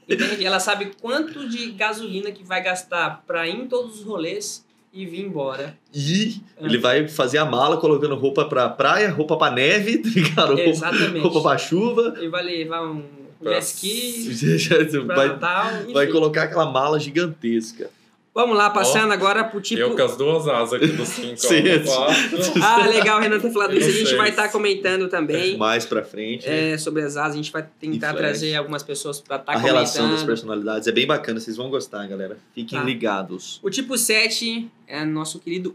[SPEAKER 1] Entende? Ela sabe quanto de gasolina que vai gastar pra ir em todos os rolês e vim embora.
[SPEAKER 2] E ele vai fazer a mala colocando roupa pra praia, roupa pra neve, tá ligado? Roupa-
[SPEAKER 1] Exatamente.
[SPEAKER 2] Roupa pra chuva.
[SPEAKER 1] Ele vai levar um
[SPEAKER 3] Pra-
[SPEAKER 1] jet ski pra
[SPEAKER 2] Vai,
[SPEAKER 1] Natal. enfim.
[SPEAKER 2] vai colocar aquela mala gigantesca.
[SPEAKER 1] Vamos lá, passando agora pro tipo.
[SPEAKER 3] Eu com as duas asas aqui dos cinco.
[SPEAKER 2] Sim. é tipo
[SPEAKER 3] ó, quatro.
[SPEAKER 1] Ah, legal, o Renan ter falado
[SPEAKER 3] Eu
[SPEAKER 1] isso. A
[SPEAKER 3] não
[SPEAKER 1] gente
[SPEAKER 3] sei.
[SPEAKER 1] vai estar comentando também
[SPEAKER 2] Mais pra frente.
[SPEAKER 1] é, sobre as asas. A gente vai tentar
[SPEAKER 2] Flash.
[SPEAKER 1] trazer algumas pessoas pra estar
[SPEAKER 2] a
[SPEAKER 1] comentando.
[SPEAKER 2] relação das personalidades é bem bacana, vocês vão gostar, galera. Fiquem
[SPEAKER 1] Tá.
[SPEAKER 2] ligados.
[SPEAKER 1] O tipo 7 é nosso querido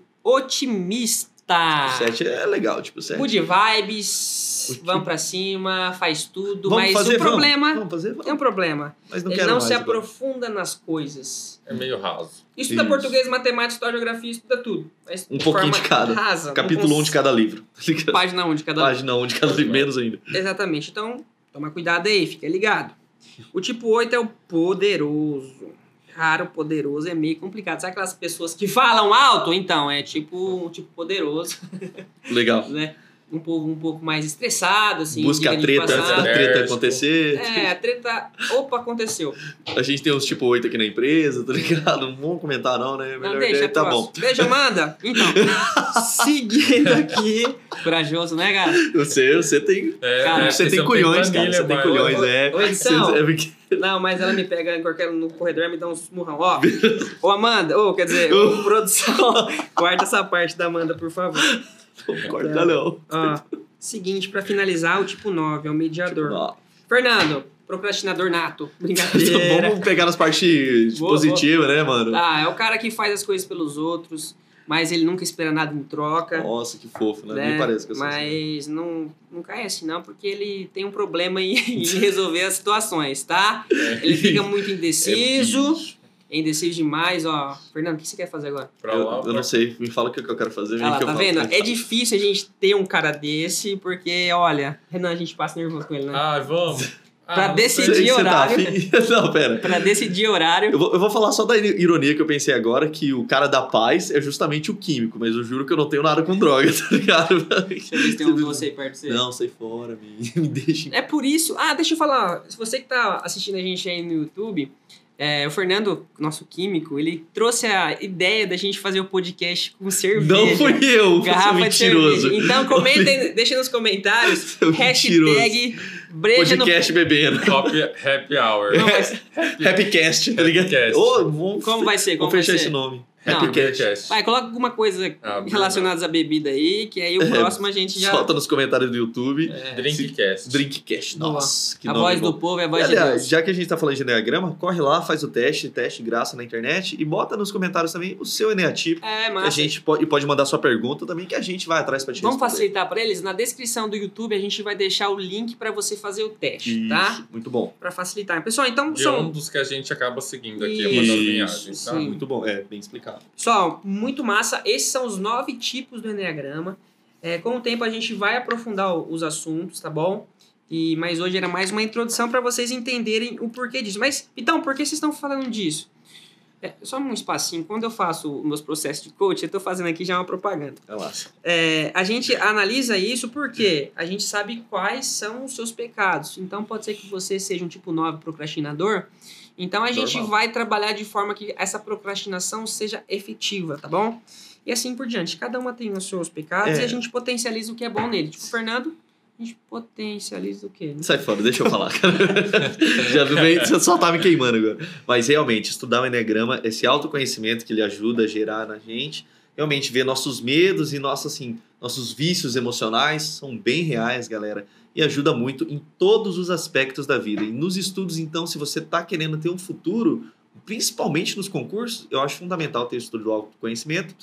[SPEAKER 1] otimista.
[SPEAKER 2] O 7 é legal, tipo 7.
[SPEAKER 1] Good vibes,
[SPEAKER 2] O tipo-
[SPEAKER 1] vamos pra cima, faz tudo,
[SPEAKER 2] Vamos
[SPEAKER 1] mas
[SPEAKER 2] fazer,
[SPEAKER 1] o problema
[SPEAKER 2] Vamos, vamos fazer,
[SPEAKER 1] é um
[SPEAKER 2] vamos.
[SPEAKER 1] problema.
[SPEAKER 2] Mas não
[SPEAKER 1] Ele
[SPEAKER 2] quero
[SPEAKER 1] não
[SPEAKER 2] mais
[SPEAKER 1] se
[SPEAKER 2] agora.
[SPEAKER 1] aprofunda nas coisas.
[SPEAKER 3] É meio raso.
[SPEAKER 1] Estuda
[SPEAKER 2] Isso.
[SPEAKER 1] português, matemática, história, geografia, estuda tudo. Mas
[SPEAKER 2] Um
[SPEAKER 1] de
[SPEAKER 2] pouquinho
[SPEAKER 1] forma
[SPEAKER 2] de cada.
[SPEAKER 1] Rasa, não
[SPEAKER 2] Capítulo 1 um de
[SPEAKER 1] cons-
[SPEAKER 2] cada livro. tá ligado?
[SPEAKER 1] Página 1 de cada
[SPEAKER 2] Página 1 um de cada livro, menos ainda.
[SPEAKER 1] Exatamente. Então, toma cuidado aí, fica ligado. O tipo 8 é o poderoso. Raro, poderoso é meio complicado. Sabe aquelas pessoas que falam alto? Então, é tipo um tipo poderoso,
[SPEAKER 2] Legal.
[SPEAKER 1] né? Um povo um pouco mais estressado, assim.
[SPEAKER 2] Busca a
[SPEAKER 1] diga-lhe de
[SPEAKER 2] treta antes da
[SPEAKER 1] passagem.
[SPEAKER 2] treta
[SPEAKER 3] Alérgico.
[SPEAKER 2] acontecer.
[SPEAKER 1] É, a treta. Opa, aconteceu.
[SPEAKER 2] A gente tem uns tipo 8 aqui na empresa, tá ligado? Não vamos comentar, não, né?
[SPEAKER 1] Não,
[SPEAKER 2] Melhor
[SPEAKER 1] deixa,
[SPEAKER 2] tá
[SPEAKER 1] próximo.
[SPEAKER 2] bom.
[SPEAKER 1] Beijo, Amanda. Então, seguindo aqui. Corajoso, né, cara?
[SPEAKER 2] Você, você tem.
[SPEAKER 3] É,
[SPEAKER 1] Cara,
[SPEAKER 3] é,
[SPEAKER 2] você
[SPEAKER 3] porque
[SPEAKER 2] tem culhões, cara.
[SPEAKER 3] planilha,
[SPEAKER 2] Você tem
[SPEAKER 3] mas-
[SPEAKER 2] culhões,
[SPEAKER 1] Ô,
[SPEAKER 2] é.
[SPEAKER 1] ô, Edição.
[SPEAKER 2] Você- é porque-
[SPEAKER 1] Não, mas ela me pega, encorca ela no corredor e me dá uns murrão. Ó, ô Amanda, ô, quer dizer, ô, produção, guarda essa parte da Amanda, por favor.
[SPEAKER 2] Não corta, não.
[SPEAKER 1] Ó, seguinte, pra finalizar, o tipo 9, é o mediador.
[SPEAKER 2] Ó,
[SPEAKER 1] Fernando, procrastinador nato.
[SPEAKER 2] então
[SPEAKER 1] Brincadeira.
[SPEAKER 2] ah, vamos pegar nas partes
[SPEAKER 1] Boa,
[SPEAKER 2] positivas, né, mano?
[SPEAKER 1] ah, é o cara que faz as coisas pelos outros, mas ele nunca espera nada em troca.
[SPEAKER 2] Nossa, que fofo, né?
[SPEAKER 1] né?
[SPEAKER 2] Nem parece que eu sou assim.
[SPEAKER 1] Mas não, não cai assim, não, porque ele tem um problema em, em resolver as situações, tá?
[SPEAKER 2] É.
[SPEAKER 1] Ele fica muito indeciso. É indeciso demais, ó. Fernando, o que você quer fazer agora?
[SPEAKER 3] Pra
[SPEAKER 2] né? eu,
[SPEAKER 3] lá,
[SPEAKER 2] eu
[SPEAKER 3] pra
[SPEAKER 2] não sei, me fala o que que eu quero fazer. vem
[SPEAKER 1] Ah lá,
[SPEAKER 2] que eu
[SPEAKER 1] tá
[SPEAKER 2] falo.
[SPEAKER 1] vendo? É difícil a gente ter um cara desse, porque, olha, Renan, a gente passa nervoso com ele, né?
[SPEAKER 3] Ah, vamos. Ah,
[SPEAKER 1] Pra
[SPEAKER 3] não
[SPEAKER 1] decidir
[SPEAKER 3] sei.
[SPEAKER 2] Você, você tá
[SPEAKER 1] horário.
[SPEAKER 2] afim? Não, pera.
[SPEAKER 1] Pra decidir horário.
[SPEAKER 2] Eu vou, eu vou falar só da ironia que eu pensei agora, que o cara da paz é justamente o químico, mas eu juro que eu não tenho nada com droga, tá ligado?
[SPEAKER 1] Deixa eu ver se tem um doce aí perto de você.
[SPEAKER 2] Não, sai fora, me, me deixa em
[SPEAKER 1] É por isso. Ah, deixa eu falar. Se você que tá assistindo a gente aí no YouTube, é, o Fernando, nosso químico, ele trouxe a ideia da gente fazer o podcast com cerveja.
[SPEAKER 2] Não fui eu, seu
[SPEAKER 1] Garrafa de
[SPEAKER 2] mentiroso.
[SPEAKER 1] cerveja. Então comentem, deixem nos comentários.
[SPEAKER 2] Seu mentiroso.
[SPEAKER 1] Hashtag breja no...
[SPEAKER 2] Podcast bebendo.
[SPEAKER 3] Happy, happy hour.
[SPEAKER 1] Não, mas
[SPEAKER 2] Happycast, tá ligado?
[SPEAKER 3] Happycast.
[SPEAKER 2] Ô, vamos,
[SPEAKER 1] como vai ser? Como
[SPEAKER 2] vamos
[SPEAKER 1] vai
[SPEAKER 2] fechar
[SPEAKER 1] ser?
[SPEAKER 2] esse nome.
[SPEAKER 1] Não.
[SPEAKER 2] Happycast.
[SPEAKER 1] Vai, coloca alguma coisa
[SPEAKER 3] Ah,
[SPEAKER 1] relacionada à bebida aí, que aí o próximo a gente já.
[SPEAKER 2] É,
[SPEAKER 1] É.
[SPEAKER 2] Solta nos comentários do YouTube.
[SPEAKER 3] Drinkcast.
[SPEAKER 2] Drinkcast. Nossa, que
[SPEAKER 1] a
[SPEAKER 2] nome
[SPEAKER 1] voz
[SPEAKER 2] bom.
[SPEAKER 1] do povo é a
[SPEAKER 2] E,
[SPEAKER 1] voz de
[SPEAKER 2] Aliás,
[SPEAKER 1] Deus.
[SPEAKER 2] já que a gente tá falando de eneagrama, corre lá, faz o teste, teste graça na internet e bota nos comentários também o seu eneatipo.
[SPEAKER 1] É,
[SPEAKER 2] A
[SPEAKER 1] massa.
[SPEAKER 2] gente pode, e pode mandar sua pergunta também, que a gente vai atrás pra te
[SPEAKER 1] Vamos
[SPEAKER 2] responder.
[SPEAKER 1] facilitar pra eles? Na descrição do YouTube a gente vai deixar o link pra você fazer o teste,
[SPEAKER 2] Isso,
[SPEAKER 1] tá?
[SPEAKER 2] muito bom.
[SPEAKER 1] Pra facilitar. Pessoal, então
[SPEAKER 3] De
[SPEAKER 1] são.
[SPEAKER 3] um dos que a gente acaba seguindo aqui, é
[SPEAKER 1] Isso,
[SPEAKER 3] uma das linhagens, tá?
[SPEAKER 1] sim.
[SPEAKER 2] Muito bom, é, bem explicado.
[SPEAKER 1] Pessoal, muito massa. Esses são os nove tipos do Enneagrama. É, com o tempo a gente vai aprofundar o- os assuntos, tá bom? E, mas hoje era mais uma introdução pra vocês entenderem o porquê disso. Mas, então, por que vocês estão falando disso? É, só um espacinho. Quando eu faço os meus processos de coach, eu tô fazendo aqui já uma propaganda.
[SPEAKER 2] Olha lá.
[SPEAKER 1] É, a gente analisa isso porque a gente sabe quais são os seus pecados. Então pode ser que você seja um tipo 9 procrastinador. Então a gente
[SPEAKER 2] Normal.
[SPEAKER 1] vai trabalhar de forma que essa procrastinação seja efetiva, tá bom? E assim por diante. Cada uma tem os seus pecados
[SPEAKER 2] É.
[SPEAKER 1] e a gente potencializa o que é bom nele. Tipo, o Fernando, a gente potencializa o quê? né?
[SPEAKER 2] Sai fora, deixa eu falar, cara. Já do meio, você só tá me queimando agora. Mas realmente, estudar o Enneagrama, esse autoconhecimento que ele ajuda a gerar na gente, realmente ver nossos medos e nossos, assim, nossos vícios emocionais são bem reais, galera. E ajuda muito em todos os aspectos da vida. E nos estudos, então, se você tá querendo ter um futuro, principalmente nos concursos, eu acho fundamental ter o estudo do autoconhecimento.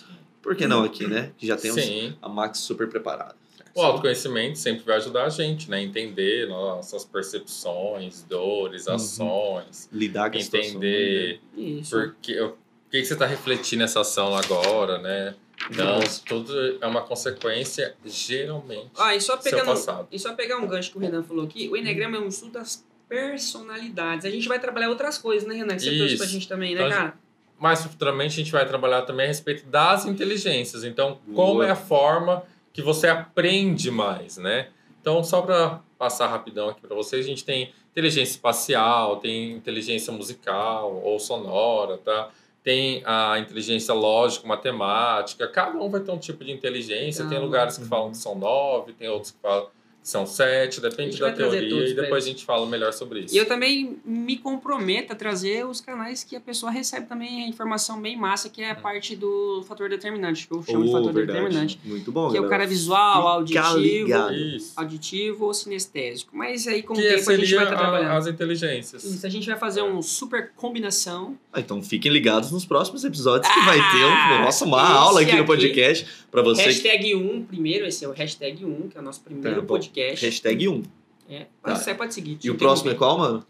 [SPEAKER 2] Por que não aqui, né? Que já temos
[SPEAKER 3] Sim.
[SPEAKER 2] a Max super preparada.
[SPEAKER 3] O autoconhecimento sempre vai ajudar a gente, né? Entender nossas percepções, dores,
[SPEAKER 2] Uhum.
[SPEAKER 3] ações.
[SPEAKER 2] Lidar com a situação.
[SPEAKER 1] né?
[SPEAKER 3] Entender
[SPEAKER 1] Isso.
[SPEAKER 3] por que, o que que você está refletindo essa ação agora, né?
[SPEAKER 2] Uhum.
[SPEAKER 3] Então, tudo é uma consequência, geralmente,
[SPEAKER 1] Ah, e só
[SPEAKER 3] do seu
[SPEAKER 1] pegando
[SPEAKER 3] passado.
[SPEAKER 1] E só pegar um gancho que o Renan falou aqui, o Enneagrama é um estudo das personalidades. A gente vai trabalhar outras coisas, né, Renan? Que você trouxe pra
[SPEAKER 3] Isso.
[SPEAKER 1] gente também, né,
[SPEAKER 3] Então,
[SPEAKER 1] cara?
[SPEAKER 3] Mas, futuramente, a gente vai trabalhar também a respeito das inteligências. Então,
[SPEAKER 2] Boa.
[SPEAKER 3] como é a forma que você aprende mais, né? Então, só para passar rapidão aqui para vocês, a gente tem inteligência espacial, tem inteligência musical ou sonora, tá? tem a inteligência lógica, matemática, cada um vai ter um tipo de inteligência. Tem
[SPEAKER 1] Ah.
[SPEAKER 3] lugares que falam que são nove, tem outros que falam que são sete, depende
[SPEAKER 1] gente
[SPEAKER 3] da
[SPEAKER 1] vai trazer
[SPEAKER 3] teoria,
[SPEAKER 1] todos
[SPEAKER 3] e
[SPEAKER 1] pra
[SPEAKER 3] depois a
[SPEAKER 1] eles.
[SPEAKER 3] gente fala melhor sobre isso.
[SPEAKER 1] E eu também me comprometo a trazer os canais que a pessoa recebe também a informação bem massa, que é a parte do fator determinante, que eu chamo de fator determinante.
[SPEAKER 2] Muito bom,
[SPEAKER 1] Que é o cara
[SPEAKER 2] galera.
[SPEAKER 1] visual,
[SPEAKER 2] Fica
[SPEAKER 1] auditivo,
[SPEAKER 2] ligado.
[SPEAKER 3] Isso.
[SPEAKER 1] auditivo ou sinestésico. Mas aí com o
[SPEAKER 3] Que
[SPEAKER 1] tempo a gente
[SPEAKER 3] seria
[SPEAKER 1] vai estar
[SPEAKER 3] a-
[SPEAKER 1] trabalhando.
[SPEAKER 3] as inteligências.
[SPEAKER 1] Isso, a gente vai
[SPEAKER 2] É.
[SPEAKER 1] fazer um super combinação.
[SPEAKER 2] Ah, Então fiquem ligados nos próximos episódios que vai ter um,
[SPEAKER 1] Ah,
[SPEAKER 2] nossa, uma
[SPEAKER 1] esse
[SPEAKER 2] aula aqui no
[SPEAKER 1] aqui.
[SPEAKER 2] podcast pra você. que-
[SPEAKER 1] hashtag 1 primeiro, esse é o hashtag 1, que é o nosso primeiro
[SPEAKER 2] Tá bom.
[SPEAKER 1] podcast.
[SPEAKER 2] Hashtag 1.
[SPEAKER 1] É,
[SPEAKER 2] Tá.
[SPEAKER 1] mas você pode seguir.
[SPEAKER 2] E o próximo é
[SPEAKER 1] um.
[SPEAKER 2] qual, mano?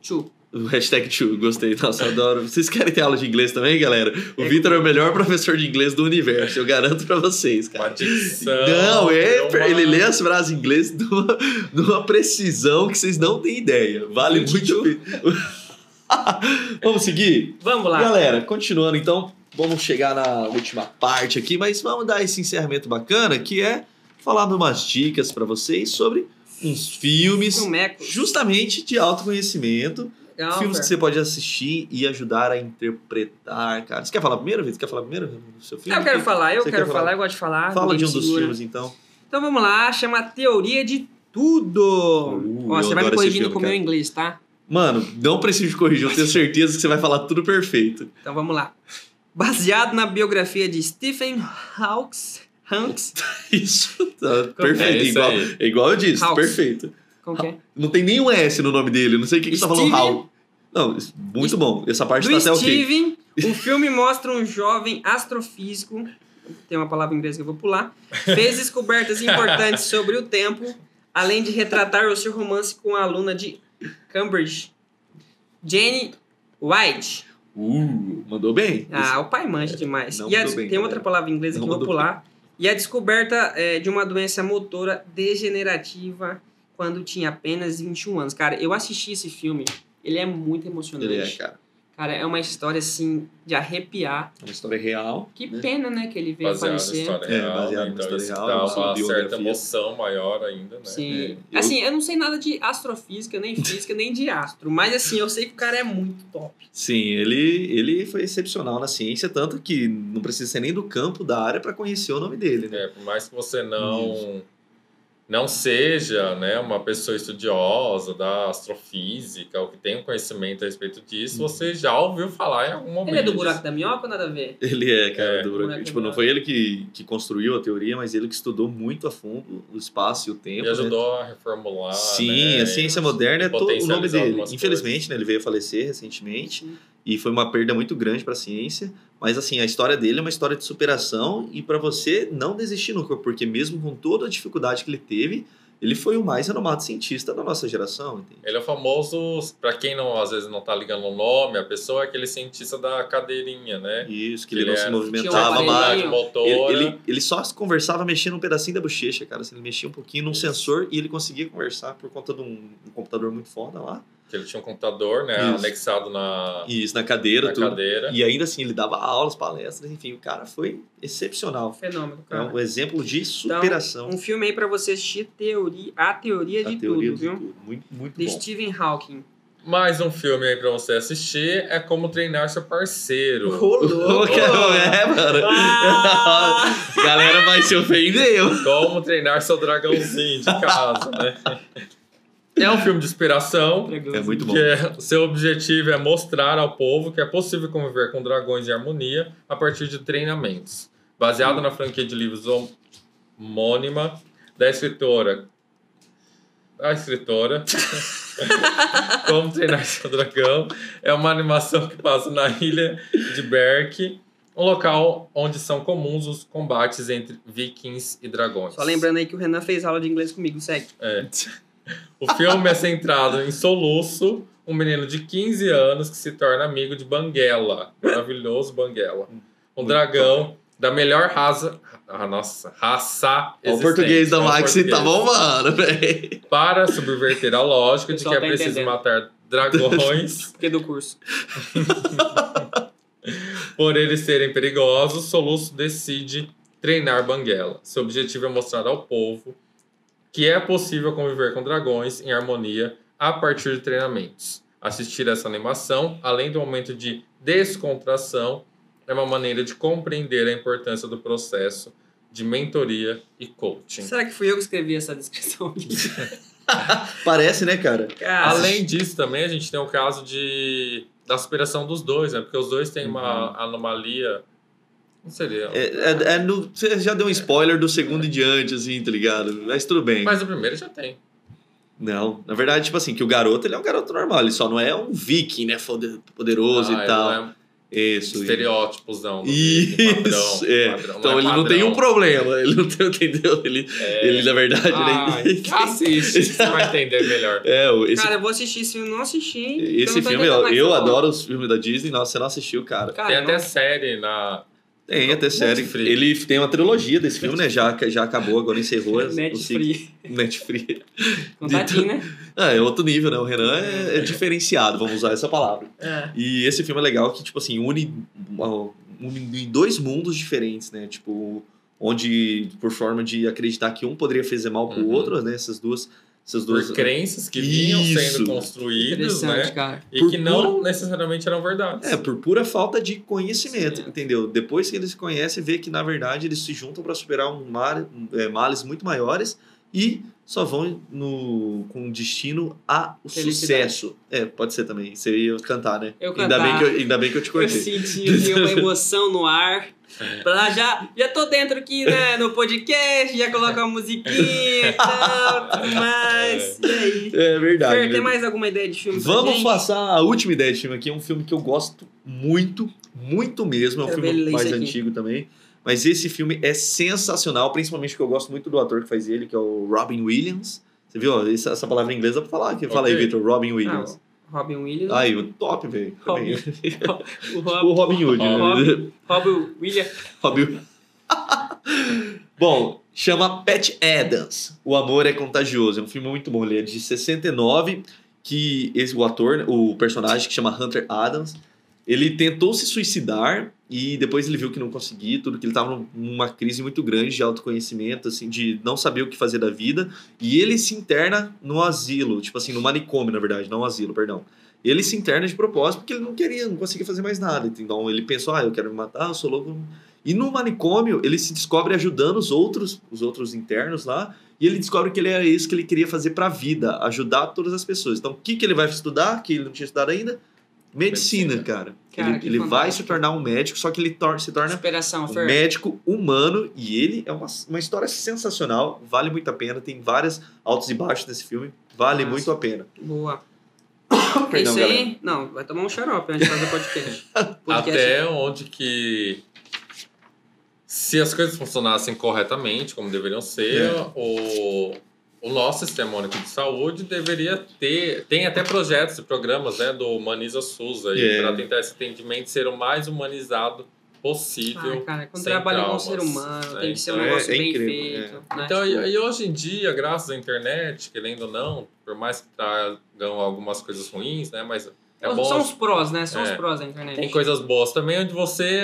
[SPEAKER 1] Tchu.
[SPEAKER 2] O hashtag too, gostei, nossa, adoro. Vocês querem ter aula de inglês também, galera? O
[SPEAKER 1] É.
[SPEAKER 2] Vitor é o melhor professor de inglês do universo, eu garanto pra vocês,
[SPEAKER 3] Uma
[SPEAKER 2] cara.
[SPEAKER 3] dicção.
[SPEAKER 2] Não, é,
[SPEAKER 3] Então, uma-
[SPEAKER 2] ele lê as frases em inglês numa, numa precisão que vocês não têm ideia. Vale muito a pena. Vamos seguir?
[SPEAKER 1] Vamos lá.
[SPEAKER 2] Galera, continuando então, vamos chegar na última parte aqui, mas vamos dar esse encerramento bacana que é falar umas dicas pra vocês sobre uns filmes
[SPEAKER 1] Filmeco.
[SPEAKER 2] justamente de autoconhecimento,
[SPEAKER 1] Legal,
[SPEAKER 2] filmes que
[SPEAKER 1] cara.
[SPEAKER 2] é você pode assistir e ajudar a interpretar, cara. Você quer falar primeiro, Vitor? Quer falar primeiro do seu filme?
[SPEAKER 1] Eu quero falar, eu
[SPEAKER 2] Você
[SPEAKER 1] quero
[SPEAKER 2] quer
[SPEAKER 1] falar,
[SPEAKER 2] falar?
[SPEAKER 1] eu gosto de falar.
[SPEAKER 2] Fala
[SPEAKER 1] ninguém
[SPEAKER 2] de
[SPEAKER 1] me
[SPEAKER 2] um dos
[SPEAKER 1] segura.
[SPEAKER 2] filmes então.
[SPEAKER 1] Então vamos lá, chama Teoria de Tudo.
[SPEAKER 2] Uh,
[SPEAKER 1] Ó,
[SPEAKER 2] eu
[SPEAKER 1] você
[SPEAKER 2] adoro
[SPEAKER 1] vai me
[SPEAKER 2] esse
[SPEAKER 1] corrigindo
[SPEAKER 2] filme,
[SPEAKER 1] com o meu
[SPEAKER 2] cara.
[SPEAKER 1] inglês, tá?
[SPEAKER 2] Mano, não preciso te corrigir, eu tenho certeza que você vai falar tudo perfeito.
[SPEAKER 1] Então vamos lá. Baseado na biografia de Stephen Hawks, Hanks,
[SPEAKER 2] Isso, tá
[SPEAKER 3] É
[SPEAKER 2] perfeito,
[SPEAKER 3] isso
[SPEAKER 2] igual,
[SPEAKER 3] aí.
[SPEAKER 2] igual eu disse,
[SPEAKER 1] House.
[SPEAKER 2] perfeito.
[SPEAKER 1] como que é?
[SPEAKER 2] Não tem nenhum S no nome dele, não sei o que, que você tá falando.
[SPEAKER 1] Steven-
[SPEAKER 2] Hal. Não, isso- muito bom. Essa parte tá
[SPEAKER 1] Do
[SPEAKER 2] até ok.
[SPEAKER 1] Steven, o filme mostra um jovem astrofísico, tem uma palavra em inglês que eu vou pular, fez descobertas importantes sobre o tempo, além de retratar o seu romance com a aluna de Cambridge, Jane White.
[SPEAKER 2] Uh, mandou bem.
[SPEAKER 1] Ah, o pai manja demais.
[SPEAKER 2] É. Não
[SPEAKER 1] E a,
[SPEAKER 2] mandou bem,
[SPEAKER 1] tem outra
[SPEAKER 2] galera.
[SPEAKER 1] palavra em inglês
[SPEAKER 2] Não
[SPEAKER 1] que eu vou
[SPEAKER 2] mandou
[SPEAKER 1] pular. E a descoberta é, de uma doença motora degenerativa quando tinha apenas 21 anos. Cara, eu assisti esse filme, ele é muito
[SPEAKER 2] Esse-
[SPEAKER 1] emocionante.
[SPEAKER 2] ele é, cara.
[SPEAKER 1] Cara, é uma história assim de arrepiar.
[SPEAKER 2] É uma história real.
[SPEAKER 1] Que
[SPEAKER 2] né?
[SPEAKER 1] pena, né, que ele veio
[SPEAKER 3] Baseado na
[SPEAKER 1] falecer.
[SPEAKER 3] história
[SPEAKER 2] É,
[SPEAKER 3] real,
[SPEAKER 2] baseado
[SPEAKER 3] né?
[SPEAKER 2] na
[SPEAKER 3] então
[SPEAKER 2] história
[SPEAKER 3] isso
[SPEAKER 2] real,
[SPEAKER 3] dá
[SPEAKER 2] não são
[SPEAKER 3] uma certa
[SPEAKER 2] biografia.
[SPEAKER 3] emoção maior ainda, né?
[SPEAKER 1] Sim.
[SPEAKER 2] É, eu-
[SPEAKER 1] Assim, eu não sei nada de astrofísica, nem física, nem de astro, mas assim, eu sei que o cara é muito top.
[SPEAKER 2] Sim, ele, ele foi excepcional na ciência, tanto que não precisa ser nem do campo da área pra conhecer o nome dele, né?
[SPEAKER 3] É, por mais que você não não seja né, uma pessoa estudiosa da astrofísica ou que tenha um conhecimento a respeito disso,
[SPEAKER 2] Hum.
[SPEAKER 3] você já ouviu falar em algum momento.
[SPEAKER 1] Ele é do buraco da minhoca ou nada a ver?
[SPEAKER 2] Ele é, cara,
[SPEAKER 3] É.
[SPEAKER 2] do
[SPEAKER 1] Buraco
[SPEAKER 2] Tipo, não
[SPEAKER 1] negro.
[SPEAKER 2] foi ele que, que construiu a teoria, mas ele que estudou muito a fundo o espaço e o tempo.
[SPEAKER 3] E
[SPEAKER 2] né?
[SPEAKER 3] ajudou a reformular.
[SPEAKER 2] Sim,
[SPEAKER 3] né?
[SPEAKER 2] a ciência moderna é todo o nome
[SPEAKER 3] potencializar
[SPEAKER 2] dele.
[SPEAKER 3] algumas
[SPEAKER 2] Infelizmente,
[SPEAKER 3] coisas.
[SPEAKER 2] né, ele veio a falecer recentemente
[SPEAKER 1] Sim.
[SPEAKER 2] e foi uma perda muito grande para a ciência. Mas assim, a história dele é uma história de superação e para você não desistir nunca, porque mesmo com toda a dificuldade que ele teve, ele foi o mais renomado cientista da nossa geração. entende?
[SPEAKER 3] Ele é o famoso, para quem não às vezes não tá ligando o nome, a pessoa é aquele cientista da cadeirinha, né?
[SPEAKER 2] Isso, que ele,
[SPEAKER 3] Ele
[SPEAKER 2] não
[SPEAKER 3] é-
[SPEAKER 2] se
[SPEAKER 1] Tinha um
[SPEAKER 2] movimentava
[SPEAKER 1] aparelho.
[SPEAKER 2] mais.
[SPEAKER 3] de
[SPEAKER 2] Ele,
[SPEAKER 3] motora.
[SPEAKER 2] ele, ele só conversava mexendo um pedacinho da bochecha, cara. Assim, ele mexia um pouquinho num
[SPEAKER 3] Isso.
[SPEAKER 2] sensor e ele conseguia conversar por conta de um, um computador muito foda lá.
[SPEAKER 3] Que ele tinha um computador, né?
[SPEAKER 2] Isso.
[SPEAKER 3] Anexado na,
[SPEAKER 2] E isso na cadeira,
[SPEAKER 3] na
[SPEAKER 2] tudo.
[SPEAKER 3] cadeira.
[SPEAKER 2] E ainda assim, ele dava aulas, palestras, enfim, o cara foi excepcional.
[SPEAKER 1] Fenômeno,
[SPEAKER 2] É
[SPEAKER 1] cara.
[SPEAKER 2] um exemplo de
[SPEAKER 1] Então,
[SPEAKER 2] superação.
[SPEAKER 1] um filme aí pra você assistir teoria, a teoria de
[SPEAKER 2] a teoria
[SPEAKER 1] tudo,
[SPEAKER 2] do
[SPEAKER 1] viu?
[SPEAKER 2] tudo. Muito, muito
[SPEAKER 1] De
[SPEAKER 2] bom.
[SPEAKER 1] Stephen Hawking.
[SPEAKER 3] Mais um filme aí pra você assistir é Como Treinar Seu Parceiro.
[SPEAKER 2] Ô, cara, é, mano.
[SPEAKER 1] Ah!
[SPEAKER 2] Galera vai se ofender.
[SPEAKER 3] Como Treinar Seu Dragãozinho de Casa, né? É um filme de inspiração.
[SPEAKER 2] É muito bom.
[SPEAKER 3] Que é- seu objetivo é mostrar ao povo que é possível conviver com dragões em harmonia a partir de treinamentos. Baseado na franquia de livros homônima da escritora. A escritora. Como Treinar Seu Dragão é uma animação que passa na ilha de Berk, um local onde são comuns os combates entre vikings e dragões.
[SPEAKER 1] Só lembrando aí que o Renan fez aula de inglês comigo, segue.
[SPEAKER 3] É. O filme é centrado em Soluço, um menino de 15 anos que se torna amigo de Banguela, maravilhoso Banguela, um dragão da melhor raça, ah, nossa, raça
[SPEAKER 2] Ó, o
[SPEAKER 3] existente.
[SPEAKER 2] português da
[SPEAKER 3] É o
[SPEAKER 2] Max tá
[SPEAKER 3] português.
[SPEAKER 2] bom, mano. velho.
[SPEAKER 3] Para subverter a lógica
[SPEAKER 1] O
[SPEAKER 3] de que
[SPEAKER 1] pessoal
[SPEAKER 3] é
[SPEAKER 1] tá
[SPEAKER 3] preciso
[SPEAKER 1] entendendo.
[SPEAKER 3] matar dragões
[SPEAKER 1] Porque é do curso.
[SPEAKER 3] Por eles serem perigosos, Soluço decide treinar Banguela. Seu objetivo é mostrar ao povo que é possível conviver com dragões em harmonia a partir de treinamentos. Assistir essa animação, além do momento de descontração, é uma maneira de compreender a importância do processo de mentoria e coaching.
[SPEAKER 1] Será que fui eu que escrevi essa descrição?
[SPEAKER 2] Parece, né, cara?
[SPEAKER 1] Cara,
[SPEAKER 3] Além disso, também a gente tem o caso de da superação dos dois, né? Porque os dois têm uma anomalia. Não seria.
[SPEAKER 2] É, é- é no- você já deu um spoiler do segundo em diante, assim, tá ligado? Mas tudo bem.
[SPEAKER 3] Mas o primeiro já tem.
[SPEAKER 2] Não, na verdade, tipo assim, que o garoto, ele é um garoto normal, ele só não é um viking, né, fode- poderoso
[SPEAKER 3] Ah,
[SPEAKER 2] e tal.
[SPEAKER 3] ele não é
[SPEAKER 2] Isso.
[SPEAKER 3] Estereótipozão. do
[SPEAKER 2] Isso,
[SPEAKER 3] Disney, padrão,
[SPEAKER 2] é.
[SPEAKER 3] padrão,
[SPEAKER 2] Então
[SPEAKER 3] é
[SPEAKER 2] ele não tem
[SPEAKER 3] padrão.
[SPEAKER 2] um problema, ele não tem, entendeu? Ele,
[SPEAKER 3] É.
[SPEAKER 2] ele na verdade,
[SPEAKER 3] Ai,
[SPEAKER 2] ele...
[SPEAKER 3] assiste, você vai entender melhor.
[SPEAKER 2] É, o- esse,
[SPEAKER 1] cara, eu vou assistir esse filme, não assisti. hein?
[SPEAKER 2] esse
[SPEAKER 1] Então não tô
[SPEAKER 2] filme,
[SPEAKER 1] entendendo
[SPEAKER 2] eu,
[SPEAKER 1] mais
[SPEAKER 2] eu
[SPEAKER 1] nada.
[SPEAKER 2] adoro os filmes da Disney, nossa, você não assistiu, cara.
[SPEAKER 1] Cara,
[SPEAKER 3] Tem
[SPEAKER 1] não-
[SPEAKER 3] até série na.
[SPEAKER 2] Tem até série.
[SPEAKER 3] Netflix.
[SPEAKER 2] Ele tem uma trilogia desse filme, né, já, já acabou, agora encerrou. o
[SPEAKER 1] Net
[SPEAKER 2] ciclo.
[SPEAKER 1] Free.
[SPEAKER 2] Netflix.
[SPEAKER 1] Contadinho, né?
[SPEAKER 2] Ah, é outro nível, né? O Renan é, é diferenciado, vamos usar essa palavra.
[SPEAKER 1] É.
[SPEAKER 2] E esse filme é legal que, tipo assim, une, uma- une em dois mundos diferentes, né? Tipo, onde, por forma de acreditar que um poderia fazer mal pro
[SPEAKER 3] Uhum.
[SPEAKER 2] outro, né? Essas duas. Essas duas.
[SPEAKER 3] Por crenças que vinham
[SPEAKER 2] Isso.
[SPEAKER 3] sendo construídas,
[SPEAKER 1] Interessante,
[SPEAKER 3] né?
[SPEAKER 1] cara.
[SPEAKER 3] E
[SPEAKER 2] Por
[SPEAKER 3] que não necessariamente eram verdades.
[SPEAKER 2] É, por pura falta de conhecimento,
[SPEAKER 1] Sim, é.
[SPEAKER 2] entendeu? Depois que eles se conhecem, vê que, na verdade, eles se juntam para superar um mar, um, é, males muito maiores e só vão no, com destino ao
[SPEAKER 1] Felicidade.
[SPEAKER 2] sucesso. É, pode ser também. Você ia cantar, né?
[SPEAKER 1] Eu
[SPEAKER 2] Ainda bem
[SPEAKER 1] cantar.
[SPEAKER 2] que eu, ainda bem que eu te
[SPEAKER 1] Eu
[SPEAKER 2] cortei.
[SPEAKER 1] senti assim, uma emoção no ar.
[SPEAKER 2] É.
[SPEAKER 1] Pra já, já tô dentro aqui, né, no podcast, já coloco a musiquinha e tal, tudo mais. E aí?
[SPEAKER 2] É verdade.
[SPEAKER 1] Fer, tem
[SPEAKER 2] verdade.
[SPEAKER 1] mais alguma ideia de filme pra
[SPEAKER 2] Vamos
[SPEAKER 1] gente?
[SPEAKER 2] passar a última ideia de filme aqui. É um filme que eu gosto muito, muito mesmo. É um
[SPEAKER 1] Quero ver ele
[SPEAKER 2] filme
[SPEAKER 1] ler
[SPEAKER 2] mais
[SPEAKER 1] isso aqui.
[SPEAKER 2] antigo também. Mas esse filme é sensacional, principalmente porque eu gosto muito do ator que faz ele, que é o Robin Williams. Você viu? Essa, essa palavra em inglês dá pra falar.
[SPEAKER 1] É
[SPEAKER 2] aqui. Fala aí,
[SPEAKER 3] Ok.
[SPEAKER 2] Victor. Robin Williams.
[SPEAKER 1] Robin Williams.
[SPEAKER 2] aí, o top, velho.
[SPEAKER 1] Ah, Robin.
[SPEAKER 2] Também.
[SPEAKER 1] O
[SPEAKER 2] O
[SPEAKER 1] Rob,
[SPEAKER 2] Robin Hood. né?
[SPEAKER 1] Robin Williams.
[SPEAKER 2] Robin... bom, chama Pat Adams. O Amor é Contagioso. É um filme muito bom. Ele é de 69, que esse, o ator, o personagem que chama Hunter Adams, ele tentou se suicidar e depois ele viu que não conseguia, tudo que ele estava numa crise muito grande de autoconhecimento, assim, de não saber o que fazer da vida, e ele se interna no asilo, tipo assim, no manicômio, na verdade, não asilo, perdão. Ele se interna de propósito porque ele não queria, não conseguia fazer mais nada. Então ele pensou, ah, eu quero me matar, eu sou louco. E no manicômio, ele se descobre ajudando os outros, os outros internos lá, e ele descobre que ele era isso que ele queria fazer pra vida, ajudar todas as pessoas. Então, o que, que ele vai estudar, que ele não tinha estudado ainda? Medicina,
[SPEAKER 3] Medicina.
[SPEAKER 2] cara.
[SPEAKER 1] Cara, que
[SPEAKER 2] ele ele vai
[SPEAKER 1] fantástico.
[SPEAKER 2] se tornar um médico, só que ele tor- se torna
[SPEAKER 1] Superação,
[SPEAKER 2] um
[SPEAKER 1] Fer.
[SPEAKER 2] médico humano e ele é uma, uma história sensacional, vale muito a pena, tem várias altos e baixos nesse filme, vale
[SPEAKER 1] Nossa.
[SPEAKER 2] muito a pena.
[SPEAKER 1] Boa. É
[SPEAKER 2] Perdão,
[SPEAKER 1] Isso
[SPEAKER 2] galera.
[SPEAKER 1] aí, não, vai tomar um xarope antes de fazer o podcast. podcast é
[SPEAKER 3] Até onde que. Se as coisas funcionassem corretamente, como deveriam ser,
[SPEAKER 2] É.
[SPEAKER 3] o, o nosso sistema único de saúde deveria ter. Tem até projetos e programas né, do Humaniza SUS aí,
[SPEAKER 2] É.
[SPEAKER 3] para tentar esse atendimento ser o mais humanizado
[SPEAKER 1] Ah,
[SPEAKER 3] possível.
[SPEAKER 1] cara, quando
[SPEAKER 3] sem
[SPEAKER 1] trabalha com um
[SPEAKER 3] traumas,
[SPEAKER 1] ser humano,
[SPEAKER 3] né?
[SPEAKER 1] tem que ser um
[SPEAKER 2] Então, é-
[SPEAKER 1] negócio
[SPEAKER 2] é
[SPEAKER 1] bem
[SPEAKER 2] incrível,
[SPEAKER 1] feito. né?
[SPEAKER 3] Então, e, e hoje em dia, graças à internet, querendo ou não, por mais que tragam algumas coisas ruins, né? Mas é bom
[SPEAKER 1] São os prós, né? São os
[SPEAKER 3] É.
[SPEAKER 1] prós da internet.
[SPEAKER 3] Tem coisas boas também, onde você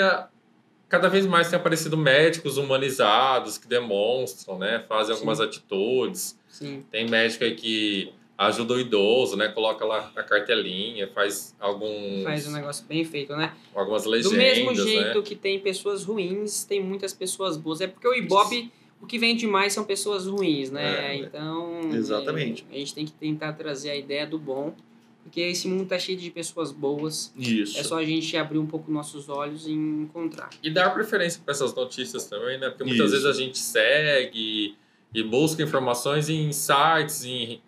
[SPEAKER 3] cada vez mais tem aparecido médicos humanizados que demonstram, né? Fazem algumas atitudes.
[SPEAKER 1] Sim.
[SPEAKER 3] Tem médico aí que ajuda o idoso, né? Coloca lá a cartelinha, faz alguns
[SPEAKER 1] Faz um negócio bem feito, né?
[SPEAKER 3] algumas legendas,
[SPEAKER 1] Do mesmo
[SPEAKER 3] né?
[SPEAKER 1] jeito que tem pessoas ruins, tem muitas pessoas boas. É porque o Ibope, o que vende mais são pessoas ruins,
[SPEAKER 2] É,
[SPEAKER 1] né? então.
[SPEAKER 2] Exatamente.
[SPEAKER 1] é, a gente tem que tentar trazer a ideia do bom. Porque esse mundo tá cheio de pessoas boas.
[SPEAKER 2] Isso.
[SPEAKER 1] É só a gente abrir um pouco nossos olhos e encontrar.
[SPEAKER 3] E dar preferência para essas notícias também, né? Porque muitas
[SPEAKER 2] Isso.
[SPEAKER 3] vezes a gente segue e busca informações em sites, em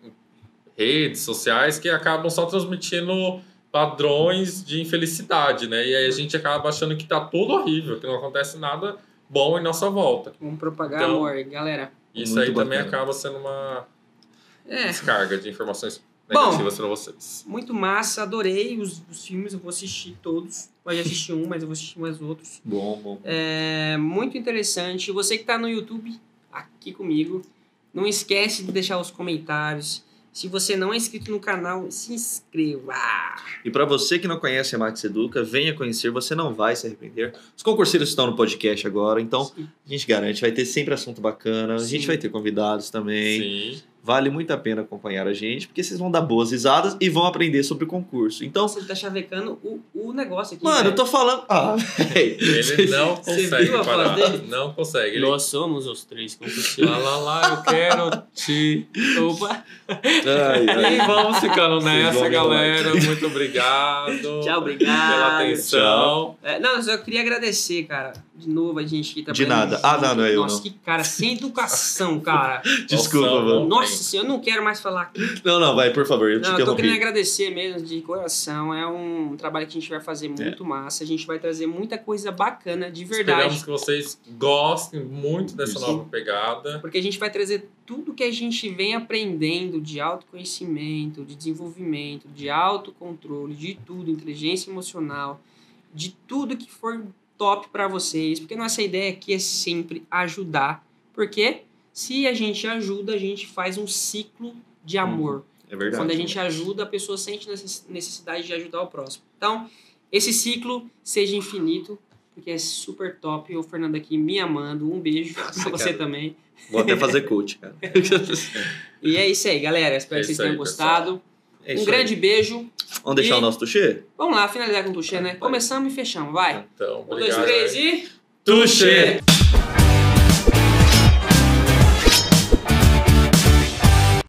[SPEAKER 3] redes sociais que acabam só transmitindo padrões de infelicidade, né? E aí a gente acaba achando que tá tudo horrível, que não acontece nada bom em nossa volta.
[SPEAKER 1] Vamos propagar
[SPEAKER 3] Então-
[SPEAKER 1] amor, galera.
[SPEAKER 3] Isso
[SPEAKER 2] Muito
[SPEAKER 3] aí também
[SPEAKER 2] bacana.
[SPEAKER 3] acaba sendo uma
[SPEAKER 1] É.
[SPEAKER 3] descarga de informações
[SPEAKER 1] Bom.
[SPEAKER 3] negativas para vocês.
[SPEAKER 1] Muito massa, adorei os, os filmes, eu vou assistir todos. Eu já assisti um, mas eu vou assistir mais outros.
[SPEAKER 2] Bom, bom.
[SPEAKER 1] É muito interessante. Você que está no YouTube aqui comigo, não esquece de deixar os comentários. Se você não é inscrito no canal, se inscreva.
[SPEAKER 2] E pra você que não conhece a Max Educa, venha conhecer, você não vai se arrepender. Os concurseiros estão no podcast Então, agora, então a gente garante, vai ter sempre assunto bacana, a gente
[SPEAKER 1] Sim.
[SPEAKER 2] vai ter convidados também.
[SPEAKER 3] Sim.
[SPEAKER 2] Vale muito a pena acompanhar a gente, porque vocês vão dar boas risadas e vão aprender sobre o concurso. Então,
[SPEAKER 1] Você tá chavecando o, o negócio aqui. né?
[SPEAKER 2] mano,
[SPEAKER 1] velho.
[SPEAKER 2] eu tô falando. Ah, véi.
[SPEAKER 3] é. Ele não
[SPEAKER 1] Você
[SPEAKER 3] consegue
[SPEAKER 1] viu a
[SPEAKER 3] parar.
[SPEAKER 1] voz dele?
[SPEAKER 3] Não consegue. Ele...
[SPEAKER 4] Nós somos os três
[SPEAKER 3] Lá,
[SPEAKER 4] concursados.
[SPEAKER 3] lá, lá, eu quero te...
[SPEAKER 4] Opa!
[SPEAKER 2] Ai, ai.
[SPEAKER 3] E vamos ficando
[SPEAKER 2] vão
[SPEAKER 3] nessa,
[SPEAKER 2] me
[SPEAKER 3] galera. Muito obrigado.
[SPEAKER 1] Tchau, obrigado.
[SPEAKER 3] Pela atenção.
[SPEAKER 1] É, não, eu só queria agradecer, cara. De novo, a gente que tá
[SPEAKER 2] De nada. Ah, não, não é eu,
[SPEAKER 1] Nossa,
[SPEAKER 2] não.
[SPEAKER 1] que cara, sem educação, cara.
[SPEAKER 2] Desculpa,
[SPEAKER 3] Nossa,
[SPEAKER 2] mano.
[SPEAKER 1] Nossa senhora, eu não quero mais falar aqui.
[SPEAKER 2] Não, não, vai, por favor, eu te
[SPEAKER 1] Não, eu tô querendo
[SPEAKER 2] interrompi.
[SPEAKER 1] agradecer mesmo, de coração. É um trabalho que a gente vai
[SPEAKER 2] É.
[SPEAKER 1] fazer muito massa. A gente vai trazer muita coisa bacana, de verdade.
[SPEAKER 3] Esperamos que vocês gostem muito dessa
[SPEAKER 2] Isso.
[SPEAKER 3] nova pegada.
[SPEAKER 1] Porque a gente vai trazer tudo que a gente vem aprendendo de autoconhecimento, de desenvolvimento, de autocontrole, de tudo, inteligência emocional, de tudo que for top pra vocês. Porque nossa ideia aqui é sempre ajudar. Porque se a gente ajuda, a gente faz um ciclo de amor.
[SPEAKER 2] É verdade.
[SPEAKER 1] Quando a gente ajuda, a pessoa sente necess- necessidade de ajudar o próximo. Então, esse ciclo seja infinito, porque é super top. O Fernando aqui me amando. Um beijo
[SPEAKER 2] Nossa,
[SPEAKER 1] pra você
[SPEAKER 2] cara.
[SPEAKER 1] também.
[SPEAKER 2] Vou até fazer coach, cara. É
[SPEAKER 1] E é isso aí, galera. Espero
[SPEAKER 3] É
[SPEAKER 1] que vocês
[SPEAKER 3] isso aí,
[SPEAKER 1] tenham gostado.
[SPEAKER 2] É
[SPEAKER 1] um
[SPEAKER 2] isso aí.
[SPEAKER 1] grande beijo.
[SPEAKER 2] Vamos deixar
[SPEAKER 1] e-
[SPEAKER 2] o nosso tuchê?
[SPEAKER 1] Vamos lá, finalizar com o Tuxê, né?
[SPEAKER 2] Vai. Tá,
[SPEAKER 1] Começamos e fechamos, vai.
[SPEAKER 3] Então,
[SPEAKER 1] Um, dois,
[SPEAKER 3] obrigado.
[SPEAKER 1] três e...
[SPEAKER 2] Tuxê!